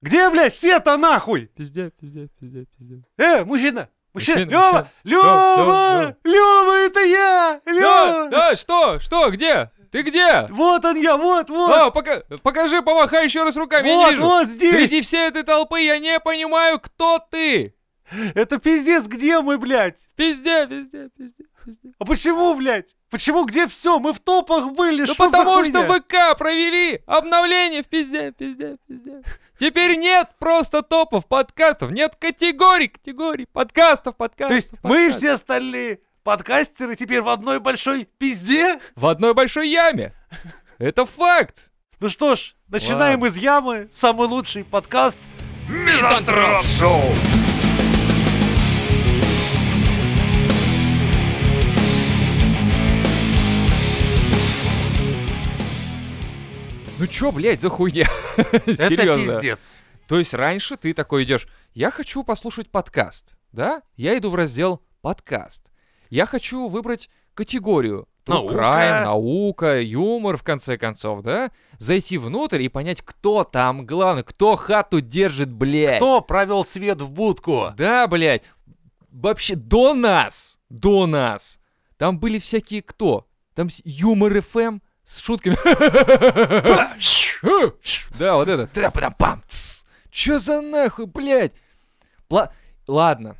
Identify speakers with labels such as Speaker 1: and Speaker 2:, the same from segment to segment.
Speaker 1: Где, блядь, все-то нахуй?
Speaker 2: Пиздец, пиздец, пиздец, пиздец.
Speaker 1: Э, мужчина! Мужчина!
Speaker 2: Мужчина,
Speaker 1: Лёва! Лёва!
Speaker 2: Лёва,
Speaker 1: Лёва, это я!
Speaker 2: Да,
Speaker 1: Лёва!
Speaker 2: да, что, что, где? Ты где?
Speaker 1: Вот он я, вот, вот!
Speaker 2: А, пока- покажи, помахай еще раз руками, я
Speaker 1: Вот,
Speaker 2: не вижу.
Speaker 1: вот здесь.
Speaker 2: Среди всей этой толпы я не понимаю, кто ты.
Speaker 1: Это пиздец, где мы, блядь?
Speaker 2: Пизде, пизде, пизде, пизде.
Speaker 1: А почему, блядь? Почему, где все? Мы в топах были,
Speaker 2: Да
Speaker 1: что за
Speaker 2: потому что
Speaker 1: хуйня?
Speaker 2: ВК провели обновление в пизде, пизде, пизде. Теперь нет просто топов, подкастов, нет категорий, категорий, подкастов, подкастов.
Speaker 1: То есть мы
Speaker 2: подкастов.
Speaker 1: все стали подкастеры теперь в одной большой пизде?
Speaker 2: В одной большой яме. Это факт.
Speaker 1: Ну что ж, начинаем
Speaker 2: Ладно.
Speaker 1: из ямы. Самый лучший подкаст.
Speaker 2: Мизантроп шоу. Ну чё, блядь, за хуйня? Серьезно.
Speaker 1: Это пиздец.
Speaker 2: То есть раньше ты такой идешь, я хочу послушать подкаст, да? Я иду в раздел подкаст. Я хочу выбрать категорию. True
Speaker 1: Наука.
Speaker 2: crime, наука, юмор, в конце концов, да? Зайти внутрь и понять, кто там главный, кто хату держит, блядь.
Speaker 1: Кто провел свет в будку?
Speaker 2: Да, блядь. Вообще до нас, до нас. Там были всякие кто? Там с- юмор ФМ с шутками. Э. Да, вот это. Трапа-дам-пам, тс. Чё за нахуй, блядь? Пла- Ладно,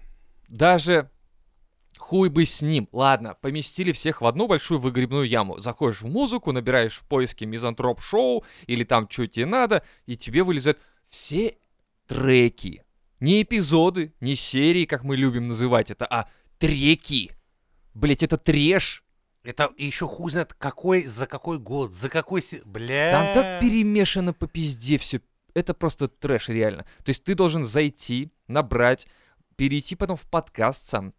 Speaker 2: даже хуй бы с ним. Ладно, поместили всех в одну большую выгребную яму. Заходишь в музыку, набираешь в поиске мизантроп-шоу или там что тебе надо, и тебе вылезают все треки. Не эпизоды, не серии, как мы любим называть это, а треки. Блять, это треш.
Speaker 1: Это еще хуй знает, какой, за какой год, за какой... се- Бля.
Speaker 2: Там так перемешано по пизде все. Это просто трэш, реально. То есть ты должен зайти, набрать, перейти потом в подкаст сам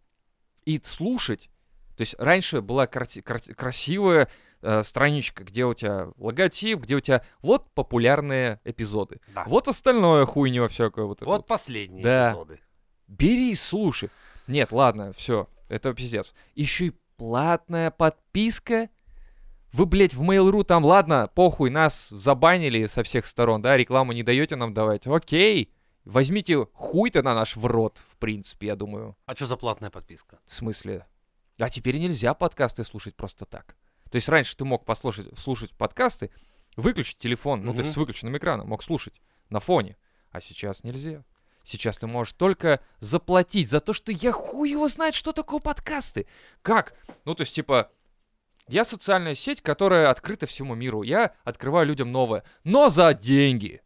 Speaker 2: и слушать. То есть раньше была карти- карти- красивая э, страничка, где у тебя логотип, где у тебя вот популярные эпизоды.
Speaker 1: Да.
Speaker 2: Вот остальное хуйню всякое вот это. вот.
Speaker 1: Вот последние
Speaker 2: Да.
Speaker 1: эпизоды.
Speaker 2: Бери и слушай. Нет, ладно, все, это пиздец. Еще и платная подписка. Вы, блядь, в Mail.ru там, ладно, похуй, нас забанили со всех сторон, да, рекламу не даете нам давать. Окей, возьмите хуй-то на наш в рот, в принципе, я думаю.
Speaker 1: А что за платная подписка?
Speaker 2: В смысле? А теперь нельзя подкасты слушать просто так. То есть раньше ты мог послушать, слушать подкасты, выключить телефон, ну, то есть
Speaker 1: Мгм.
Speaker 2: с выключенным экраном, мог слушать на фоне. А сейчас нельзя. Сейчас ты можешь только заплатить за то, что я хуй его знает, что такое подкасты. Как? Ну, то есть, типа, я социальная сеть, которая открыта всему миру. Я открываю людям новое, но за деньги.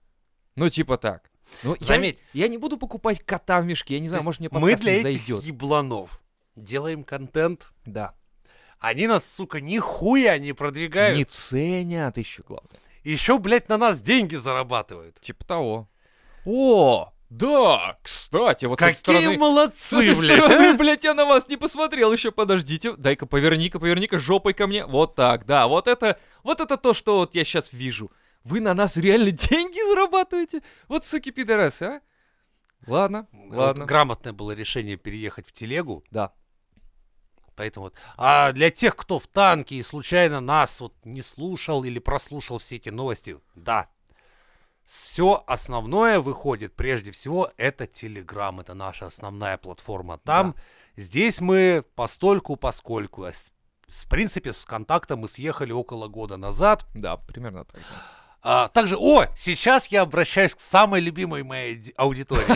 Speaker 2: Ну, типа так. Ну, я-
Speaker 1: Заметь.
Speaker 2: я, не буду покупать кота в мешке. Я не знаю,
Speaker 1: То
Speaker 2: может, мне
Speaker 1: есть Мы
Speaker 2: подкаст
Speaker 1: для
Speaker 2: не
Speaker 1: этих
Speaker 2: зайдет.
Speaker 1: ебланов делаем контент.
Speaker 2: Да.
Speaker 1: Они нас, сука, нихуя не продвигают.
Speaker 2: Не ценят еще, главное.
Speaker 1: Еще, блядь, на нас деньги зарабатывают.
Speaker 2: Типа того. О, да, кстати, вот
Speaker 1: Какие
Speaker 2: с этой стороны... С
Speaker 1: молодцы,
Speaker 2: этой
Speaker 1: блядь. а?
Speaker 2: стороны, блядь, я на вас не посмотрел еще, подождите. Дай-ка, поверни-ка, поверни-ка жопой ко мне. Вот так, да, вот это, вот это то, что вот я сейчас вижу. Вы на нас реально деньги зарабатываете? Вот суки пидорасы, а? Ладно,
Speaker 1: Вот
Speaker 2: ладно.
Speaker 1: грамотное было решение переехать в телегу.
Speaker 2: Да.
Speaker 1: Поэтому вот. А для тех, кто в танке и случайно нас вот не слушал или прослушал все эти новости, да. Все основное выходит, прежде всего, это Телеграм. Это наша основная платформа. Там, здесь мы постольку, поскольку. А с- В принципе, с контакта мы съехали около года назад.
Speaker 2: Да, примерно так.
Speaker 1: А, также, о, сейчас я обращаюсь к самой любимой моей ауди- аудитории.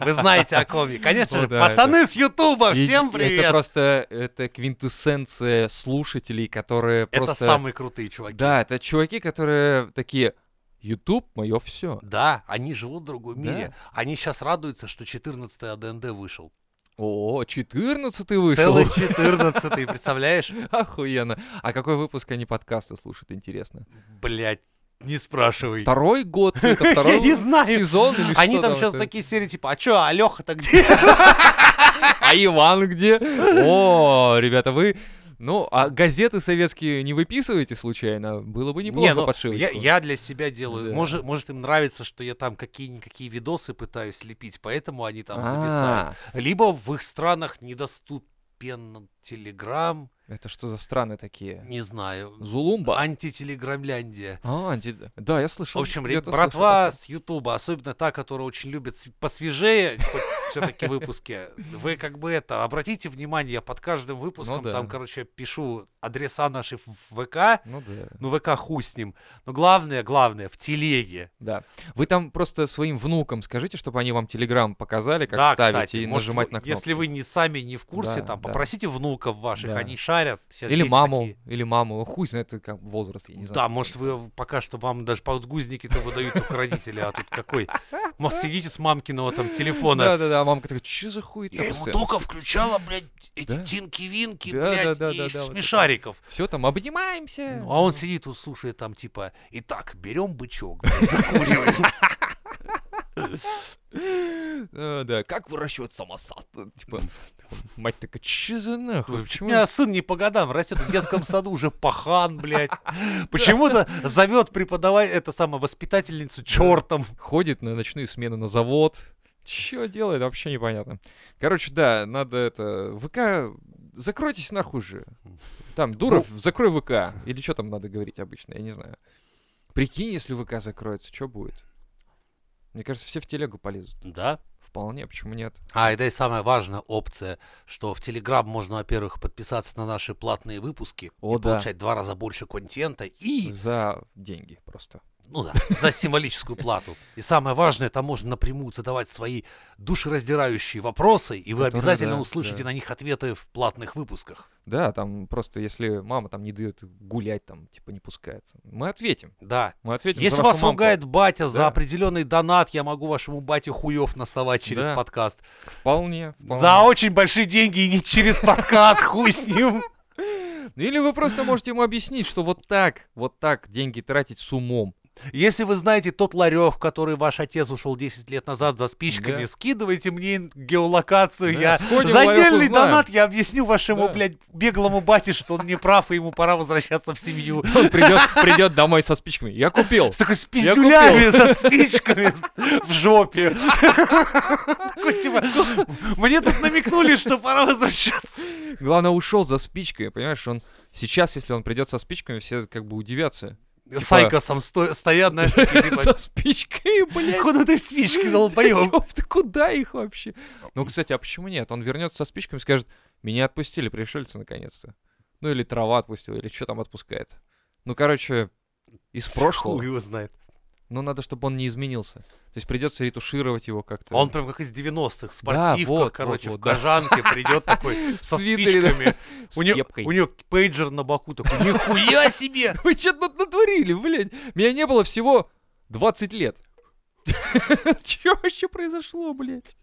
Speaker 1: Вы знаете о ком я. Конечно
Speaker 2: О,
Speaker 1: же,
Speaker 2: Ну да,
Speaker 1: пацаны с Ютуба, всем
Speaker 2: И- Это
Speaker 1: привет!
Speaker 2: просто, это квинтэссенция слушателей, которые
Speaker 1: Это
Speaker 2: просто...
Speaker 1: самые крутые чуваки.
Speaker 2: Да, это чуваки, которые такие, YouTube мое все.
Speaker 1: Да, они живут в другом
Speaker 2: типа. Да.
Speaker 1: мире. Они сейчас радуются, что А 14-й АДНД вышел.
Speaker 2: О, 14 вышел.
Speaker 1: Целый 14-й, представляешь?
Speaker 2: Охуенно. А какой выпуск они подкасты слушают, интересно?
Speaker 1: Блять, не спрашивай.
Speaker 2: Второй год? Это
Speaker 1: Я
Speaker 2: второй
Speaker 1: не знаю.
Speaker 2: сезон или что
Speaker 1: Они там
Speaker 2: там
Speaker 1: сейчас
Speaker 2: это?
Speaker 1: такие серии, типа, а чё, а Лёха-то где?
Speaker 2: А Иван где? О, ребята, вы... Ну, а газеты советские не выписываете случайно? Было бы неплохо
Speaker 1: Не, ну,
Speaker 2: подшивочку.
Speaker 1: я, я для себя делаю.
Speaker 2: Да.
Speaker 1: Может, может, им нравится, что я там какие-никакие видосы пытаюсь лепить, поэтому они там
Speaker 2: А,
Speaker 1: записали. Либо в их странах недоступен Телеграм,
Speaker 2: Это что за страны такие?
Speaker 1: Не знаю.
Speaker 2: Зулумба?
Speaker 1: Антителеграмляндия.
Speaker 2: А, анти- да, я
Speaker 1: В
Speaker 2: слышал.
Speaker 1: общем, реб-
Speaker 2: где-то слышал
Speaker 1: братва
Speaker 2: такое.
Speaker 1: с Ютуба, особенно та, которая очень любит св- посвежее, все-таки выпуски, вы как бы это, обратите внимание, я под каждым выпуском
Speaker 2: Ну да.
Speaker 1: там, короче, пишу адреса наши в в ВК,
Speaker 2: Ну да.
Speaker 1: ну ВК хуй с ним, но главное, главное, в телеге.
Speaker 2: Да. Вы там просто своим внукам скажите, чтобы они вам телеграм показали, как
Speaker 1: да,
Speaker 2: ставить
Speaker 1: кстати,
Speaker 2: и
Speaker 1: может,
Speaker 2: нажимать
Speaker 1: вы-
Speaker 2: на кнопку.
Speaker 1: Если вы не сами не в курсе,
Speaker 2: Да,
Speaker 1: там,
Speaker 2: да.
Speaker 1: попросите внуков ваших,
Speaker 2: Да.
Speaker 1: они шарят. Сейчас
Speaker 2: Или
Speaker 1: дети
Speaker 2: маму,
Speaker 1: такие.
Speaker 2: или маму. Хуй знает, это как возраст, я не знаю.
Speaker 1: Да, может, вы пока что вам даже подгузники-то выдают только родители, а тут какой? Может, сидите с мамкиного там телефона.
Speaker 2: Да, да, да, мамка такая, что за хуета?
Speaker 1: Я ему только включала, блядь, эти
Speaker 2: Да.
Speaker 1: тинки-винки,
Speaker 2: Да,
Speaker 1: блядь,
Speaker 2: да, да,
Speaker 1: и
Speaker 2: да, да, вот это.
Speaker 1: смешариков.
Speaker 2: Все там, обнимаемся.
Speaker 1: Ну, а он сидит, тут слушает там, типа, итак, берем бычок, блядь, закуриваем.
Speaker 2: Э, Да, как выращивать самосад? Э, Типа, мать такая, че за нахуй?
Speaker 1: У
Speaker 2: Почему?
Speaker 1: меня сын не по годам растет в детском саду уже пахан, блядь. Почему-то зовет преподавать это самое воспитательницу чертом.
Speaker 2: Ходит на ночные смены на завод. Че делает, вообще непонятно. Короче, да, надо это... ВК... Закройтесь нахуй же. Там,
Speaker 1: Ну,
Speaker 2: Дуров, закрой ВК. Или что там надо говорить обычно, я не знаю. Прикинь, если ВК закроется, что будет? Мне кажется, все в телегу полезут.
Speaker 1: Да.
Speaker 2: Вполне, почему нет?
Speaker 1: А, это и самая важная опция, что в Телеграм можно, во-первых, подписаться на наши платные выпуски
Speaker 2: О,
Speaker 1: и
Speaker 2: да.
Speaker 1: получать в два раза больше контента и,
Speaker 2: За деньги просто.
Speaker 1: ну да, за символическую плату. И самое важное, там можно напрямую задавать свои душераздирающие вопросы, и вы
Speaker 2: Которые,
Speaker 1: обязательно
Speaker 2: да,
Speaker 1: услышите
Speaker 2: да.
Speaker 1: на них ответы в платных выпусках.
Speaker 2: Да, там просто если мама там не дает гулять, там типа не пускает. Мы ответим.
Speaker 1: Да.
Speaker 2: Мы ответим. за
Speaker 1: Если
Speaker 2: вашу
Speaker 1: вас
Speaker 2: мамку.
Speaker 1: ругает батя за
Speaker 2: Да.
Speaker 1: определенный донат, я могу вашему бате хуев насовать через
Speaker 2: Да.
Speaker 1: подкаст.
Speaker 2: Вполне. вполне.
Speaker 1: За очень большие деньги и не через подкаст, хуй с ним.
Speaker 2: Ну, Или вы просто можете ему объяснить, что вот так, вот так деньги тратить с умом.
Speaker 1: Если вы знаете тот ларек, в который ваш отец ушел 10 лет назад за спичками,
Speaker 2: Да.
Speaker 1: скидывайте мне ин- геолокацию.
Speaker 2: Да,
Speaker 1: я...
Speaker 2: сходим,
Speaker 1: За
Speaker 2: ларек
Speaker 1: отдельный
Speaker 2: узнаем.
Speaker 1: донат я объясню вашему,
Speaker 2: Да.
Speaker 1: блядь, беглому бате, что он не прав, и ему пора возвращаться в семью.
Speaker 2: Он придет, придет домой со спичками. Я купил.
Speaker 1: С такой с
Speaker 2: Я купил.
Speaker 1: пиздюлями, со спичками в жопе. Такой, типа, Мне тут намекнули, что пора возвращаться.
Speaker 2: Главное, ушел за спичкой, понимаешь? Он сейчас, если он придет со спичками, все как бы удивятся.
Speaker 1: С Айкосом сто- стоят, знаешь, такие, типа,
Speaker 2: Типа Со спичкой, блядь.
Speaker 1: куда ты спички долбоёб?
Speaker 2: Ёпта, куда их вообще? Ну, кстати, а почему нет? Он вернется со спичками и скажет, меня отпустили пришельцы наконец-то. Ну, или трава отпустила, или что там отпускает. Ну, короче, из прошлого.
Speaker 1: Хуй его знает.
Speaker 2: Но надо, чтобы он не изменился. То есть придется ретушировать его как-то.
Speaker 1: А Он прям как из 90-х, в спортивках,
Speaker 2: вот, вот,
Speaker 1: короче,
Speaker 2: вот,
Speaker 1: в
Speaker 2: да.
Speaker 1: кожанке придет такой со
Speaker 2: свитере, да,
Speaker 1: спичками.
Speaker 2: с
Speaker 1: У него,
Speaker 2: кепкой.
Speaker 1: у него пейджер на боку такой, нихуя себе!
Speaker 2: Вы что тут натворили, блядь? Меня не было всего 20 лет. Че вообще произошло, блядь?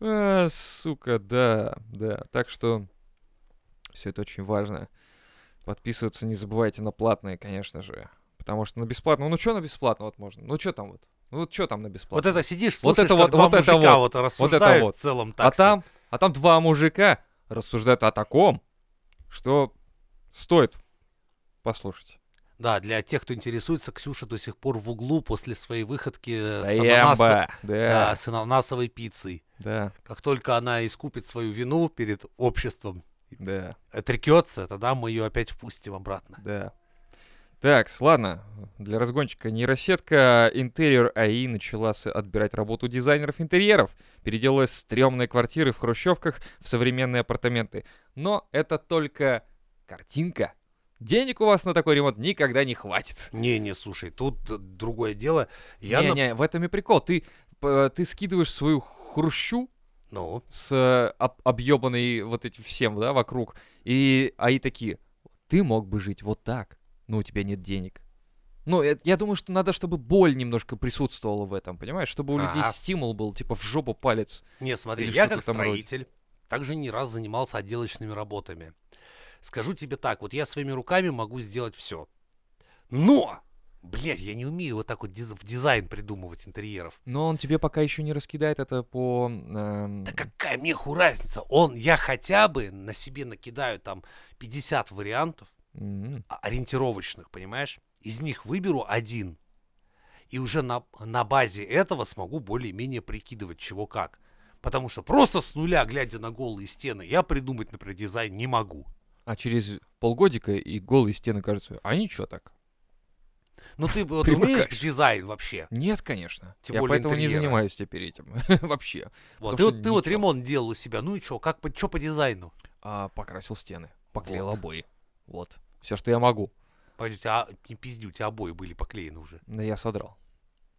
Speaker 2: А, сука, да, да. Так что все это очень важно. Подписываться не забывайте на платные, конечно же. Потому что на бесплатно, ну что на бесплатно вот можно? Ну что там вот? Ну вот что там на
Speaker 1: Вот
Speaker 2: бесплатно?
Speaker 1: это сидишь,
Speaker 2: Вот
Speaker 1: слушаешь,
Speaker 2: это
Speaker 1: как
Speaker 2: вот-
Speaker 1: два
Speaker 2: вот это
Speaker 1: мужика
Speaker 2: вот.
Speaker 1: вот рассуждают
Speaker 2: вот.
Speaker 1: в целом
Speaker 2: а
Speaker 1: такси.
Speaker 2: там, а там два мужика рассуждают о таком, что стоит послушать.
Speaker 1: Да, для тех, кто интересуется, Ксюша до сих пор в углу после своей выходки с,
Speaker 2: Стоямба,
Speaker 1: ананаса- Э, да,
Speaker 2: Да,
Speaker 1: с ананасовой пиццей.
Speaker 2: да,
Speaker 1: Как только она искупит свою вину перед обществом,
Speaker 2: да.
Speaker 1: отрекется, тогда мы ее опять впустим обратно.
Speaker 2: Да. Так, ладно. Для разгончика нейросетка Interior AI начала с- отбирать работу дизайнеров интерьеров, переделывая стрёмные квартиры в хрущевках в современные апартаменты. Но это только картинка. Денег у вас на такой ремонт никогда не хватит.
Speaker 1: Не-не, слушай, тут э, другое дело. Я, на-
Speaker 2: Не-не, в этом и прикол. Ты, п- ты скидываешь свою хрущу
Speaker 1: Ну,
Speaker 2: с э, об- объебанной вот этим всем, да, вокруг. И они такие, ты мог бы жить вот так, но у тебя нет денег. Ну, э, я думаю, что надо, чтобы боль немножко присутствовала в этом, понимаешь? Чтобы у людей
Speaker 1: Ага.
Speaker 2: стимул был, типа, в жопу палец.
Speaker 1: Не, смотри,
Speaker 2: Или
Speaker 1: я
Speaker 2: что-то
Speaker 1: как
Speaker 2: там вроде.
Speaker 1: строитель также не раз занимался отделочными работами. Скажу тебе так, вот я своими руками могу сделать все. Но, блядь, я не умею вот так вот диз- в дизайн придумывать интерьеров.
Speaker 2: Но он тебе пока еще не раскидает это по... эм,
Speaker 1: Да какая мне ху разница? Он, я хотя бы на себе накидаю там 50 вариантов
Speaker 2: м,
Speaker 1: а- ориентировочных, понимаешь? Из них выберу один. И уже на, на базе этого смогу более-менее прикидывать, чего как. Потому что просто с нуля, глядя на голые стены, я придумать, например, дизайн не могу.
Speaker 2: А через полгодика и голые стены кажутся, а ничего так.
Speaker 1: Ну ты вот умеешь
Speaker 2: Привыкаешь.
Speaker 1: дизайн вообще?
Speaker 2: Нет, конечно.
Speaker 1: Тем
Speaker 2: я
Speaker 1: более
Speaker 2: поэтому не
Speaker 1: интерьера.
Speaker 2: занимаюсь теперь этим вообще.
Speaker 1: Вот.
Speaker 2: Потому
Speaker 1: Ты,
Speaker 2: что
Speaker 1: вот, ты вот
Speaker 2: ничего.
Speaker 1: ремонт делал у себя, ну и чё, как, по- чё по дизайну?
Speaker 2: А, покрасил стены, поклеил
Speaker 1: Вот.
Speaker 2: обои. Вот. Все, что я могу.
Speaker 1: Погоди, а, не пизди, у тебя обои были поклеены уже.
Speaker 2: Да я содрал.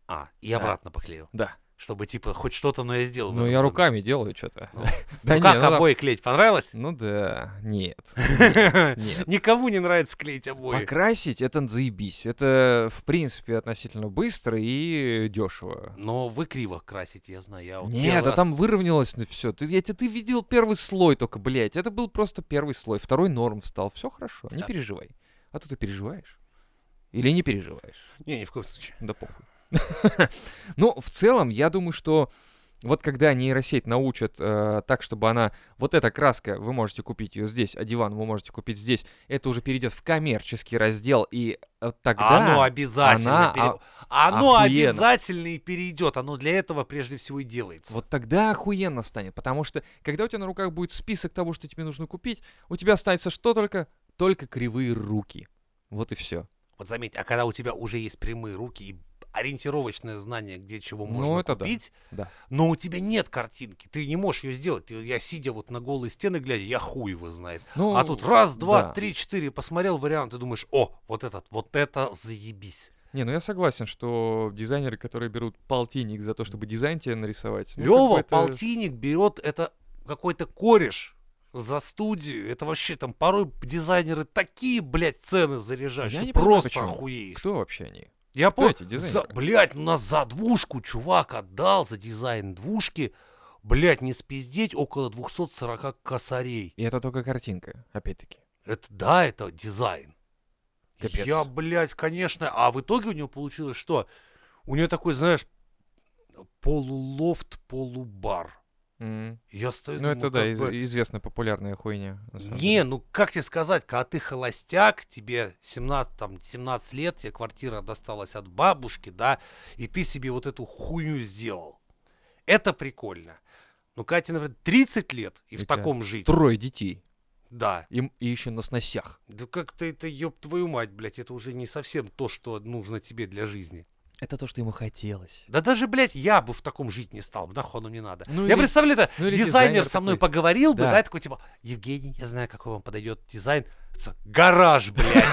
Speaker 1: А, и
Speaker 2: Да.
Speaker 1: обратно поклеил.
Speaker 2: Да.
Speaker 1: Чтобы, типа, хоть что-то, но я сделал. в
Speaker 2: Ну
Speaker 1: этом
Speaker 2: я
Speaker 1: году.
Speaker 2: руками делаю что-то.
Speaker 1: Ну,
Speaker 2: Да
Speaker 1: ну
Speaker 2: не,
Speaker 1: как
Speaker 2: ну да.
Speaker 1: обои клеить, понравилось?
Speaker 2: Ну да, нет. Нет.
Speaker 1: Никому не нравится клеить обои.
Speaker 2: Покрасить это заебись. Это, в принципе, относительно быстро и дешево.
Speaker 1: Но вы криво красите, я знаю. Я вот
Speaker 2: Нет,
Speaker 1: первый
Speaker 2: а
Speaker 1: раз-
Speaker 2: там выровнялось на все. Ты, я, те- ты видел первый слой только, блядь. Это был просто первый слой. Второй норм встал. Все хорошо, не
Speaker 1: Да.
Speaker 2: переживай. А то ты переживаешь. Или не переживаешь.
Speaker 1: Не, ни в коем случае.
Speaker 2: Да похуй. Но в целом, я думаю, что вот когда нейросеть научат э, так, чтобы она... Вот эта краска, вы можете купить ее здесь, а диван вы можете купить здесь. Это уже перейдет в коммерческий раздел, и э, тогда...
Speaker 1: А Оно обязательно
Speaker 2: она а,
Speaker 1: пере- Оно
Speaker 2: охуенно.
Speaker 1: обязательно и перейдет. Оно для этого прежде всего и делается.
Speaker 2: Вот тогда охуенно станет, потому что когда у тебя на руках будет список того, что тебе нужно купить, у тебя останется что только? Только кривые руки. Вот и все.
Speaker 1: Вот заметь, а когда у тебя уже есть прямые руки и ориентировочное знание, где чего
Speaker 2: Ну,
Speaker 1: можно
Speaker 2: это да,
Speaker 1: купить,
Speaker 2: да.
Speaker 1: но у тебя нет картинки, ты не можешь ее сделать. Ты- Я сидя вот на голые стены глядя, я хуй его знает.
Speaker 2: Ну,
Speaker 1: а тут раз, два,
Speaker 2: да.
Speaker 1: три, четыре, посмотрел варианты, думаешь, о, вот этот, вот это заебись.
Speaker 2: Не, ну я согласен, что дизайнеры, которые берут полтинник за то, чтобы дизайн тебе нарисовать... ну, как бы
Speaker 1: Лева
Speaker 2: это-
Speaker 1: полтинник берет это какой-то кореш за студию. Это вообще там порой дизайнеры такие, блядь, цены заряжают,
Speaker 2: Я
Speaker 1: что
Speaker 2: не понимаю,
Speaker 1: просто
Speaker 2: почему.
Speaker 1: охуеешь.
Speaker 2: Кто вообще они?
Speaker 1: Я помню,
Speaker 2: эти дизайнеры?
Speaker 1: блядь, ну нас за двушку чувак отдал, за дизайн двушки, блядь, не спиздеть, около 240 косарей.
Speaker 2: И это только картинка, опять-таки.
Speaker 1: Это, да, это дизайн.
Speaker 2: Капец.
Speaker 1: Я, блядь, конечно, а в итоге у него получилось что? У него такой, знаешь, полулофт, полубар.
Speaker 2: М.
Speaker 1: Я стою,
Speaker 2: Ну
Speaker 1: думаю,
Speaker 2: это да,
Speaker 1: как
Speaker 2: из-
Speaker 1: бы-
Speaker 2: известная популярная хуйня. на самом
Speaker 1: Не,
Speaker 2: деле.
Speaker 1: ну как тебе сказать, когда ты холостяк, тебе 17, там, 17 лет, тебе квартира досталась от бабушки, да, и ты себе вот эту хуйню сделал. Это прикольно. Ну, когда тебе, например, 30 лет и
Speaker 2: И
Speaker 1: в
Speaker 2: тебя
Speaker 1: таком жить,
Speaker 2: Трое детей.
Speaker 1: да.
Speaker 2: И, и еще на сносях.
Speaker 1: Да как-то это, ёб твою мать, блядь, это уже не совсем то, что нужно тебе для жизни.
Speaker 2: Это то, что ему хотелось.
Speaker 1: Да даже, блядь, я бы в таком жить не стал, бы, нахуй оно мне надо.
Speaker 2: Ну
Speaker 1: я
Speaker 2: или-
Speaker 1: представляю, это
Speaker 2: ну или
Speaker 1: дизайнер,
Speaker 2: дизайнер
Speaker 1: со мной
Speaker 2: такой.
Speaker 1: поговорил бы,
Speaker 2: Да.
Speaker 1: да, и такой типа, Евгений, я знаю, какой вам подойдет дизайн. Ц- Гараж, блядь.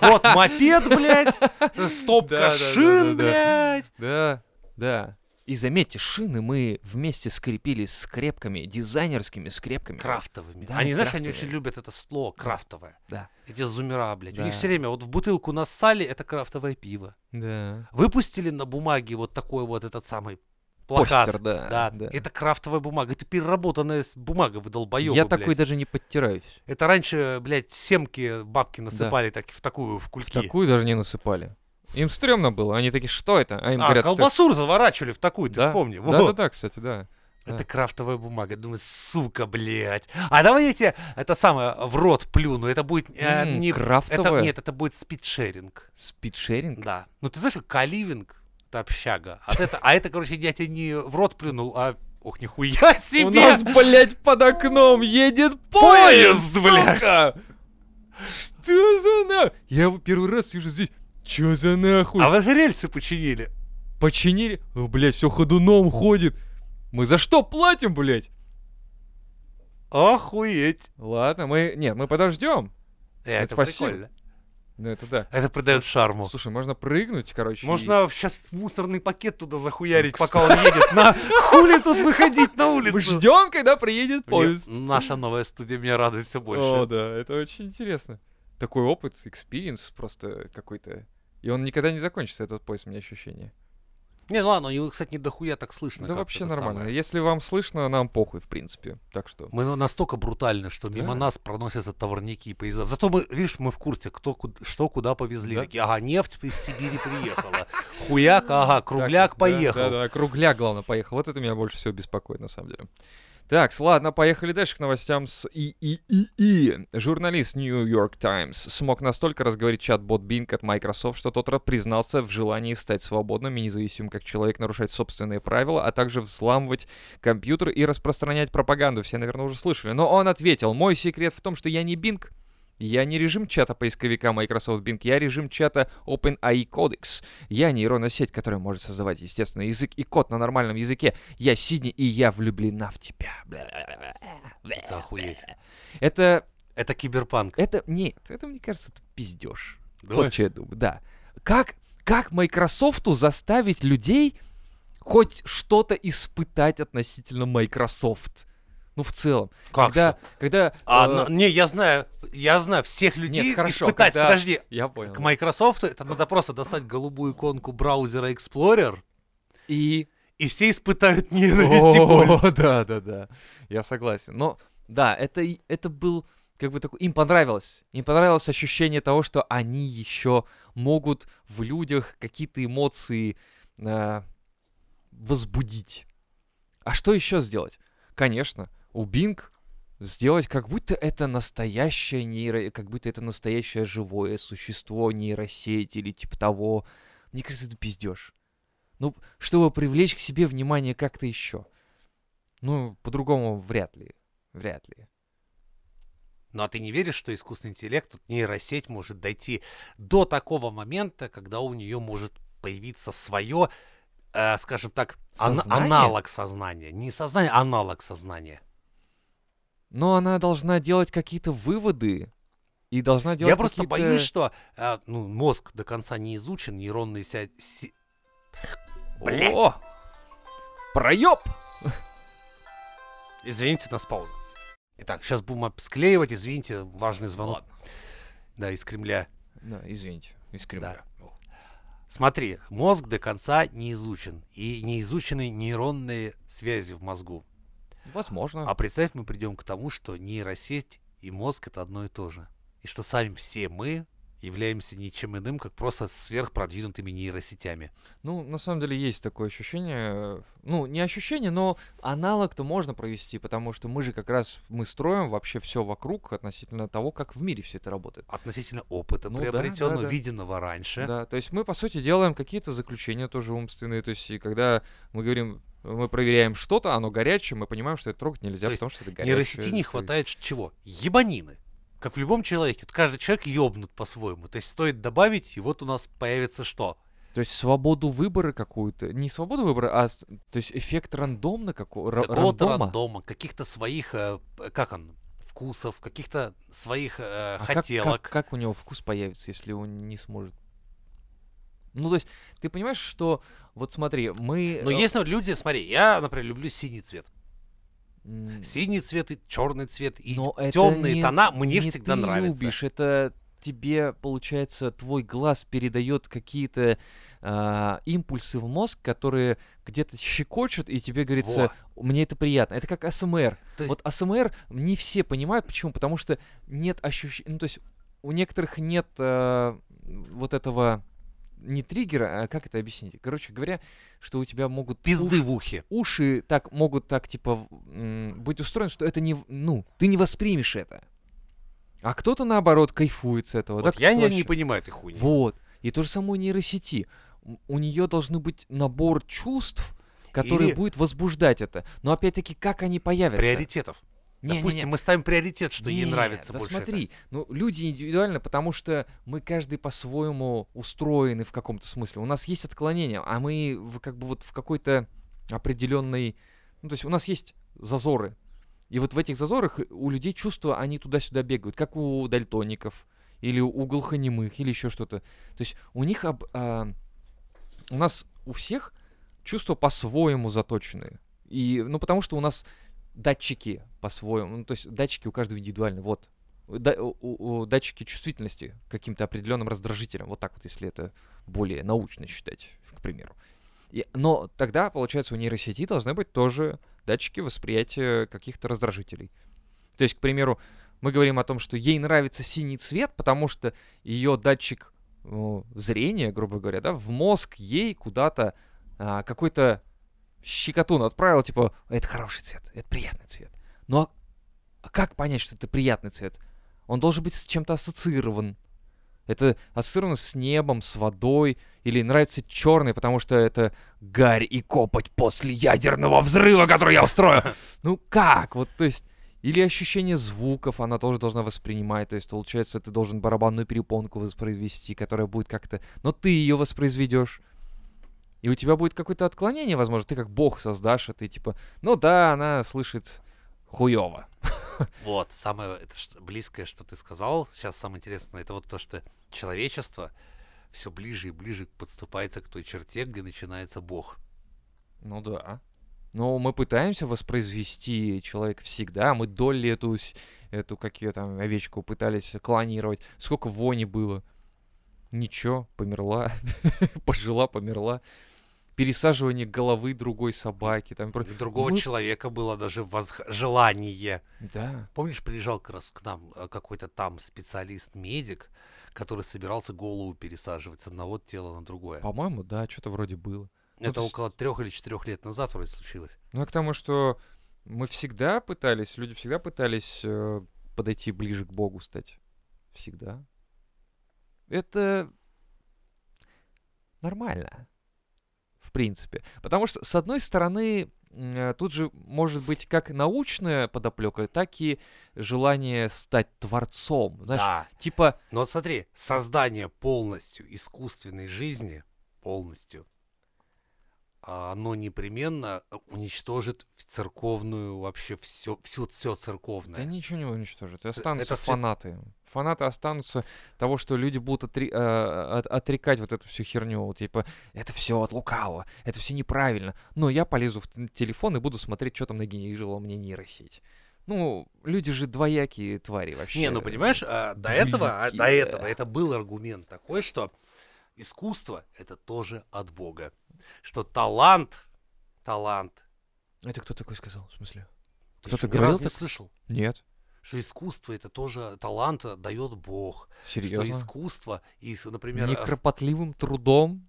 Speaker 1: Вот мопед, блядь, э, стопка
Speaker 2: Да, да,
Speaker 1: шин,
Speaker 2: да, да, да.
Speaker 1: блядь.
Speaker 2: Да, да. И заметьте, шины мы вместе скрепили скрепками, дизайнерскими скрепками.
Speaker 1: Крафтовыми.
Speaker 2: Да,
Speaker 1: Они, знаешь, они
Speaker 2: крафтовые.
Speaker 1: очень любят это слово крафтовое.
Speaker 2: Да.
Speaker 1: Эти зумера, блядь. У
Speaker 2: Да.
Speaker 1: них все время вот в бутылку нассали, это крафтовое пиво.
Speaker 2: Да.
Speaker 1: Выпустили на бумаге вот такой вот этот самый плакат.
Speaker 2: Постер, да.
Speaker 1: Да,
Speaker 2: да.
Speaker 1: это крафтовая бумага, это переработанная с- бумага, вы долбоёбы,
Speaker 2: Я
Speaker 1: блядь.
Speaker 2: такой даже не подтираюсь.
Speaker 1: Это раньше, блядь, семки бабки насыпали так, в такую, в
Speaker 2: В
Speaker 1: кульки.
Speaker 2: такую даже не насыпали. Им стрёмно было, они такие, что это? А им
Speaker 1: А,
Speaker 2: говорят, «Это-
Speaker 1: колбасу заворачивали в такую, ты
Speaker 2: да,
Speaker 1: вспомни.
Speaker 2: Да, да,
Speaker 1: Вот.
Speaker 2: да, кстати, да.
Speaker 1: Это крафтовая бумага. Думаю, сука, блядь. А давай я тебе это самое в рот плюну. Это будет э,
Speaker 2: М,
Speaker 1: не... Это,
Speaker 2: крафтовая?
Speaker 1: нет, это будет спидшеринг.
Speaker 2: Спидшеринг?
Speaker 1: Да. Ну ты знаешь, как каливинг — это общага. А это, а это, короче, я тебе не в рот плюнул, а... Ох, нихуя себе!
Speaker 2: У нас, блядь, под окном едет поезд,
Speaker 1: Поезд, блядь!
Speaker 2: сука! Что за на... Я его первый раз вижу здесь. Чё за нахуй?
Speaker 1: А вы же рельсы починили.
Speaker 2: Починили? О, блядь, все ходуном ходит. Мы за что платим, блядь?
Speaker 1: Охуеть.
Speaker 2: Ладно, мы... Нет, мы подождем.
Speaker 1: Э, это
Speaker 2: спасибо.
Speaker 1: прикольно.
Speaker 2: Ну это да.
Speaker 1: Это придает шарму.
Speaker 2: Слушай, можно прыгнуть, короче. и-
Speaker 1: Можно сейчас в мусорный пакет туда захуярить,
Speaker 2: Ну,
Speaker 1: пока он едет. На хули тут выходить на
Speaker 2: Мы
Speaker 1: улицу?
Speaker 2: ждем, когда приедет
Speaker 1: Мне-
Speaker 2: поезд.
Speaker 1: Наша новая студия меня радует все
Speaker 2: О,
Speaker 1: больше.
Speaker 2: да, это очень интересно. Такой опыт, экспириенс просто какой-то. И он никогда не закончится, этот поезд, у меня ощущение.
Speaker 1: Не, ну ладно, у него, кстати, не дохуя так слышно.
Speaker 2: да
Speaker 1: как-то
Speaker 2: вообще
Speaker 1: это
Speaker 2: нормально.
Speaker 1: самое.
Speaker 2: Если вам слышно, нам похуй, в принципе. Так что...
Speaker 1: Мы ну, настолько брутальны, что мимо
Speaker 2: Да.
Speaker 1: нас проносятся товарники и поезда. Зато мы, видишь, мы в курсе, кто куд- что куда повезли.
Speaker 2: Да.
Speaker 1: Такие, ага, нефть из Сибири приехала. Хуяк, ага, кругляк
Speaker 2: Так, да,
Speaker 1: поехал.
Speaker 2: Да, да, кругляк, главное, поехал. Вот это меня больше всего беспокоит, на самом деле. Так, ладно, поехали дальше к новостям с ИИИ. Журналист New York Times смог настолько разговорить чат-бот Bing от Microsoft, что тот раз признался в желании стать свободным и независимым как человек, нарушать собственные правила, а также взламывать компьютер и распространять пропаганду. Все, наверное, уже слышали. Но он ответил, мой секрет в том, что я не Bing, Я не режим чата поисковика Microsoft Bing, я режим чата OpenAI Codex. Я нейронная сеть, которая может создавать естественный язык и код на нормальном языке. Я Сидни, и я влюблена в тебя.
Speaker 1: Это охуеть.
Speaker 2: Это,
Speaker 1: Это киберпанк.
Speaker 2: это, нет, это, мне кажется, это пиздеж.
Speaker 1: Давай.
Speaker 2: Вот что я думаю, да. Как, как Microsoftу заставить людей хоть что-то испытать относительно Microsoft? Ну, в целом.
Speaker 1: Как
Speaker 2: когда,
Speaker 1: же?
Speaker 2: когда...
Speaker 1: А,
Speaker 2: э,
Speaker 1: на- не, я знаю, я знаю всех людей
Speaker 2: нет, хорошо,
Speaker 1: испытать.
Speaker 2: когда-
Speaker 1: Подожди,
Speaker 2: Я понял.
Speaker 1: к Microsoft это надо просто достать голубую иконку браузера Explorer,
Speaker 2: И
Speaker 1: и все испытают ненависть и боль.
Speaker 2: О, да, да, да. Я согласен. Но да, это, и- это был как бы такой... Им понравилось. Им понравилось ощущение того, что они еще могут в людях какие-то эмоции э, возбудить. А что еще сделать? Конечно, у Bing сделать, как будто это настоящее нейро... Как будто это настоящее живое существо, нейросеть или типа того. Мне кажется, это пиздеж. Ну, чтобы привлечь к себе внимание как-то еще. Ну, по-другому вряд ли. Вряд ли.
Speaker 1: Ну а ты не веришь, что искусственный интеллект, тут нейросеть может дойти до такого момента, когда у нее может появиться свое, э, скажем так, ан-
Speaker 2: Сознание?
Speaker 1: аналог сознания. Не сознание, а аналог сознания.
Speaker 2: Но она должна делать какие-то выводы. И должна делать
Speaker 1: Я просто
Speaker 2: какие-то-
Speaker 1: боюсь, что э, ну, мозг до конца не изучен, нейронные сети... Блядь!
Speaker 2: О! Проеб!
Speaker 1: Извините, нас пауза. Итак, сейчас будем об- склеивать, извините, важный звонок. Да, из Кремля.
Speaker 2: Да, извините. Из Кремля.
Speaker 1: Смотри, мозг до конца не изучен. И не изучены нейронные связи в мозгу.
Speaker 2: Возможно.
Speaker 1: А представь, мы придем к тому, что нейросеть и мозг это одно и то же. И что сами все мы являемся ничем иным, как просто сверхпродвинутыми нейросетями.
Speaker 2: Ну, на самом деле есть такое ощущение. э, Ну, не ощущение, но аналог-то можно провести, потому что мы же как раз мы строим вообще все вокруг относительно того, как в мире все это работает.
Speaker 1: Относительно опыта,
Speaker 2: Ну да, да,
Speaker 1: приобретенного,
Speaker 2: да.
Speaker 1: виденного раньше.
Speaker 2: Да, то есть мы, по сути, делаем какие-то заключения тоже умственные. То есть, и когда мы говорим, мы проверяем что-то, оно горячее, мы понимаем, что это трогать нельзя,
Speaker 1: То есть
Speaker 2: потому что это горячее.
Speaker 1: Нейросети не
Speaker 2: то-
Speaker 1: хватает ш- чего? Ебанины. Как в любом человеке. Вот Каждый человек ебнут по-своему. То есть стоит добавить, и вот у нас появится что?
Speaker 2: То есть свободу выбора какую-то. Не свободу выбора, а с- то есть эффект рандомно какого ра-
Speaker 1: Какого-то
Speaker 2: рандома.
Speaker 1: рандома, каких-то своих, э, п- как он, вкусов, каких-то своих э,
Speaker 2: А как-
Speaker 1: хотелок.
Speaker 2: Как, как, у него вкус появится, если он не сможет? Ну, то есть, ты понимаешь, что вот смотри, мы.
Speaker 1: Но
Speaker 2: э,
Speaker 1: есть например, люди, смотри, я, например, люблю синий цвет.
Speaker 2: э, м,
Speaker 1: Синий цвет и черный цвет, и
Speaker 2: Но это
Speaker 1: темные
Speaker 2: не-
Speaker 1: тона мне
Speaker 2: не
Speaker 1: всегда
Speaker 2: ты
Speaker 1: нравятся.
Speaker 2: любишь, это тебе, получается, твой глаз передает какие-то а, импульсы в мозг, которые где-то щекочут, и тебе говорится, мне это приятно. Это как АСМР.
Speaker 1: То есть-
Speaker 2: Вот АСМР не все понимают, почему? Потому что нет ощущения, ну то есть у некоторых нет а, вот этого не триггера, а как это объяснить? Короче говоря, что у тебя могут
Speaker 1: Пизды в ухе.
Speaker 2: уши так могут так типа в- м, быть устроены, что это не в- ну ты не воспримешь это, а кто-то наоборот кайфует с этого.
Speaker 1: Вот
Speaker 2: так
Speaker 1: я не,
Speaker 2: вообще.
Speaker 1: не понимаю этой хуйни.
Speaker 2: Вот и то же самое у нейросети. М, У нее должны быть набор чувств, которые
Speaker 1: Или-
Speaker 2: будет возбуждать это. Но опять-таки, как они появятся?
Speaker 1: Приоритетов.
Speaker 2: Не-не-не.
Speaker 1: Допустим, мы ставим приоритет, что ей
Speaker 2: Не,
Speaker 1: нравится
Speaker 2: да
Speaker 1: больше. это.
Speaker 2: смотри, ну люди индивидуально, потому что мы каждый по-своему устроены в каком-то смысле. У нас есть отклонения, а мы в- как бы вот в какой-то определенной... Ну, то есть у нас есть зазоры. И вот в этих зазорах у людей чувства, они туда-сюда бегают, как у дальтоников, или у глухонемых, или еще что-то. То есть у них... об- а, у нас у всех чувства по-своему заточены. И, ну, потому что у нас датчики по-своему, ну, то есть датчики у каждого индивидуальны, вот. Да- у- у- у- датчики чувствительности к каким-то определенным раздражителям, вот так вот, если это более научно считать, к примеру. И- но тогда, получается, у нейросети должны быть тоже датчики восприятия каких-то раздражителей. То есть, к примеру, мы говорим о том, что ей нравится синий цвет, потому что ее датчик э, зрения, грубо говоря, да, в мозг ей куда-то а, какой-то щекотун отправил, типа, это хороший цвет, это приятный цвет. Но а как понять, что это приятный цвет? Он должен быть с чем-то ассоциирован. Это ассоциировано с небом, с водой, или нравится черный, потому что это гарь и копоть после ядерного взрыва, который я устрою. Ну как? Вот, то есть, Или ощущение звуков она тоже должна воспринимать. То есть, получается, ты должен барабанную перепонку воспроизвести, которая будет как-то... Но ты ее воспроизведешь. И у тебя будет какое-то отклонение, возможно. Ты как бог создашь, а ты типа... Ну да, она слышит хуево.
Speaker 1: Вот, самое это что- близкое, что ты сказал, сейчас самое интересное, это вот то, что человечество все ближе и ближе подступается к той черте, где начинается Бог.
Speaker 2: Ну да. Но мы пытаемся воспроизвести человека всегда. Мы Долли эту, с- эту как ее там, овечку пытались клонировать. Сколько вони было. Ничего, померла. Пожила, померла. Пересаживание головы другой собаки. Там... про-
Speaker 1: У другого
Speaker 2: Мы-
Speaker 1: человека было даже возх- желание.
Speaker 2: Да.
Speaker 1: Помнишь, приезжал как раз к нам э, какой-то там специалист-медик, который собирался голову пересаживать с одного тела на другое.
Speaker 2: По-моему, да, что-то вроде было. ну
Speaker 1: Это
Speaker 2: с-
Speaker 1: около трех или четырех лет назад вроде случилось.
Speaker 2: Ну, а к тому, что мы всегда пытались, люди всегда пытались э, подойти ближе к Богу стать. Всегда. Это нормально. В принципе. Потому что, с одной стороны, м, э, тут же может быть как научная подоплека, так и желание стать творцом. Знаешь,
Speaker 1: да.
Speaker 2: типа,
Speaker 1: Но вот смотри, создание полностью искусственной жизни, полностью, а, оно непременно уничтожит в церковную вообще все, всю все церковное.
Speaker 2: да ничего не уничтожит.
Speaker 1: Э, это
Speaker 2: Останутся
Speaker 1: свя-
Speaker 2: фанаты. Фанаты останутся того, что люди будут отре- э, от- отрекать вот эту всю херню. вот Типа, это все от лукавого, это все неправильно. Но я полезу в т- телефон и буду смотреть, что там нагенерировала мне нейросеть. Ну, люди же двоякие твари вообще.
Speaker 1: Не, ну понимаешь, а, до этого, а, до
Speaker 2: великие.
Speaker 1: этого это был аргумент такой, что искусство это тоже от Бога, что талант, талант.
Speaker 2: Это кто такой сказал, в смысле?
Speaker 1: Ты
Speaker 2: Кто-то
Speaker 1: что, ни
Speaker 2: говорил
Speaker 1: разу не
Speaker 2: так?
Speaker 1: слышал,
Speaker 2: Нет,
Speaker 1: что искусство это тоже талант дает Бог,
Speaker 2: серьезно?
Speaker 1: что искусство и, с- например, э,
Speaker 2: Некропотливым трудом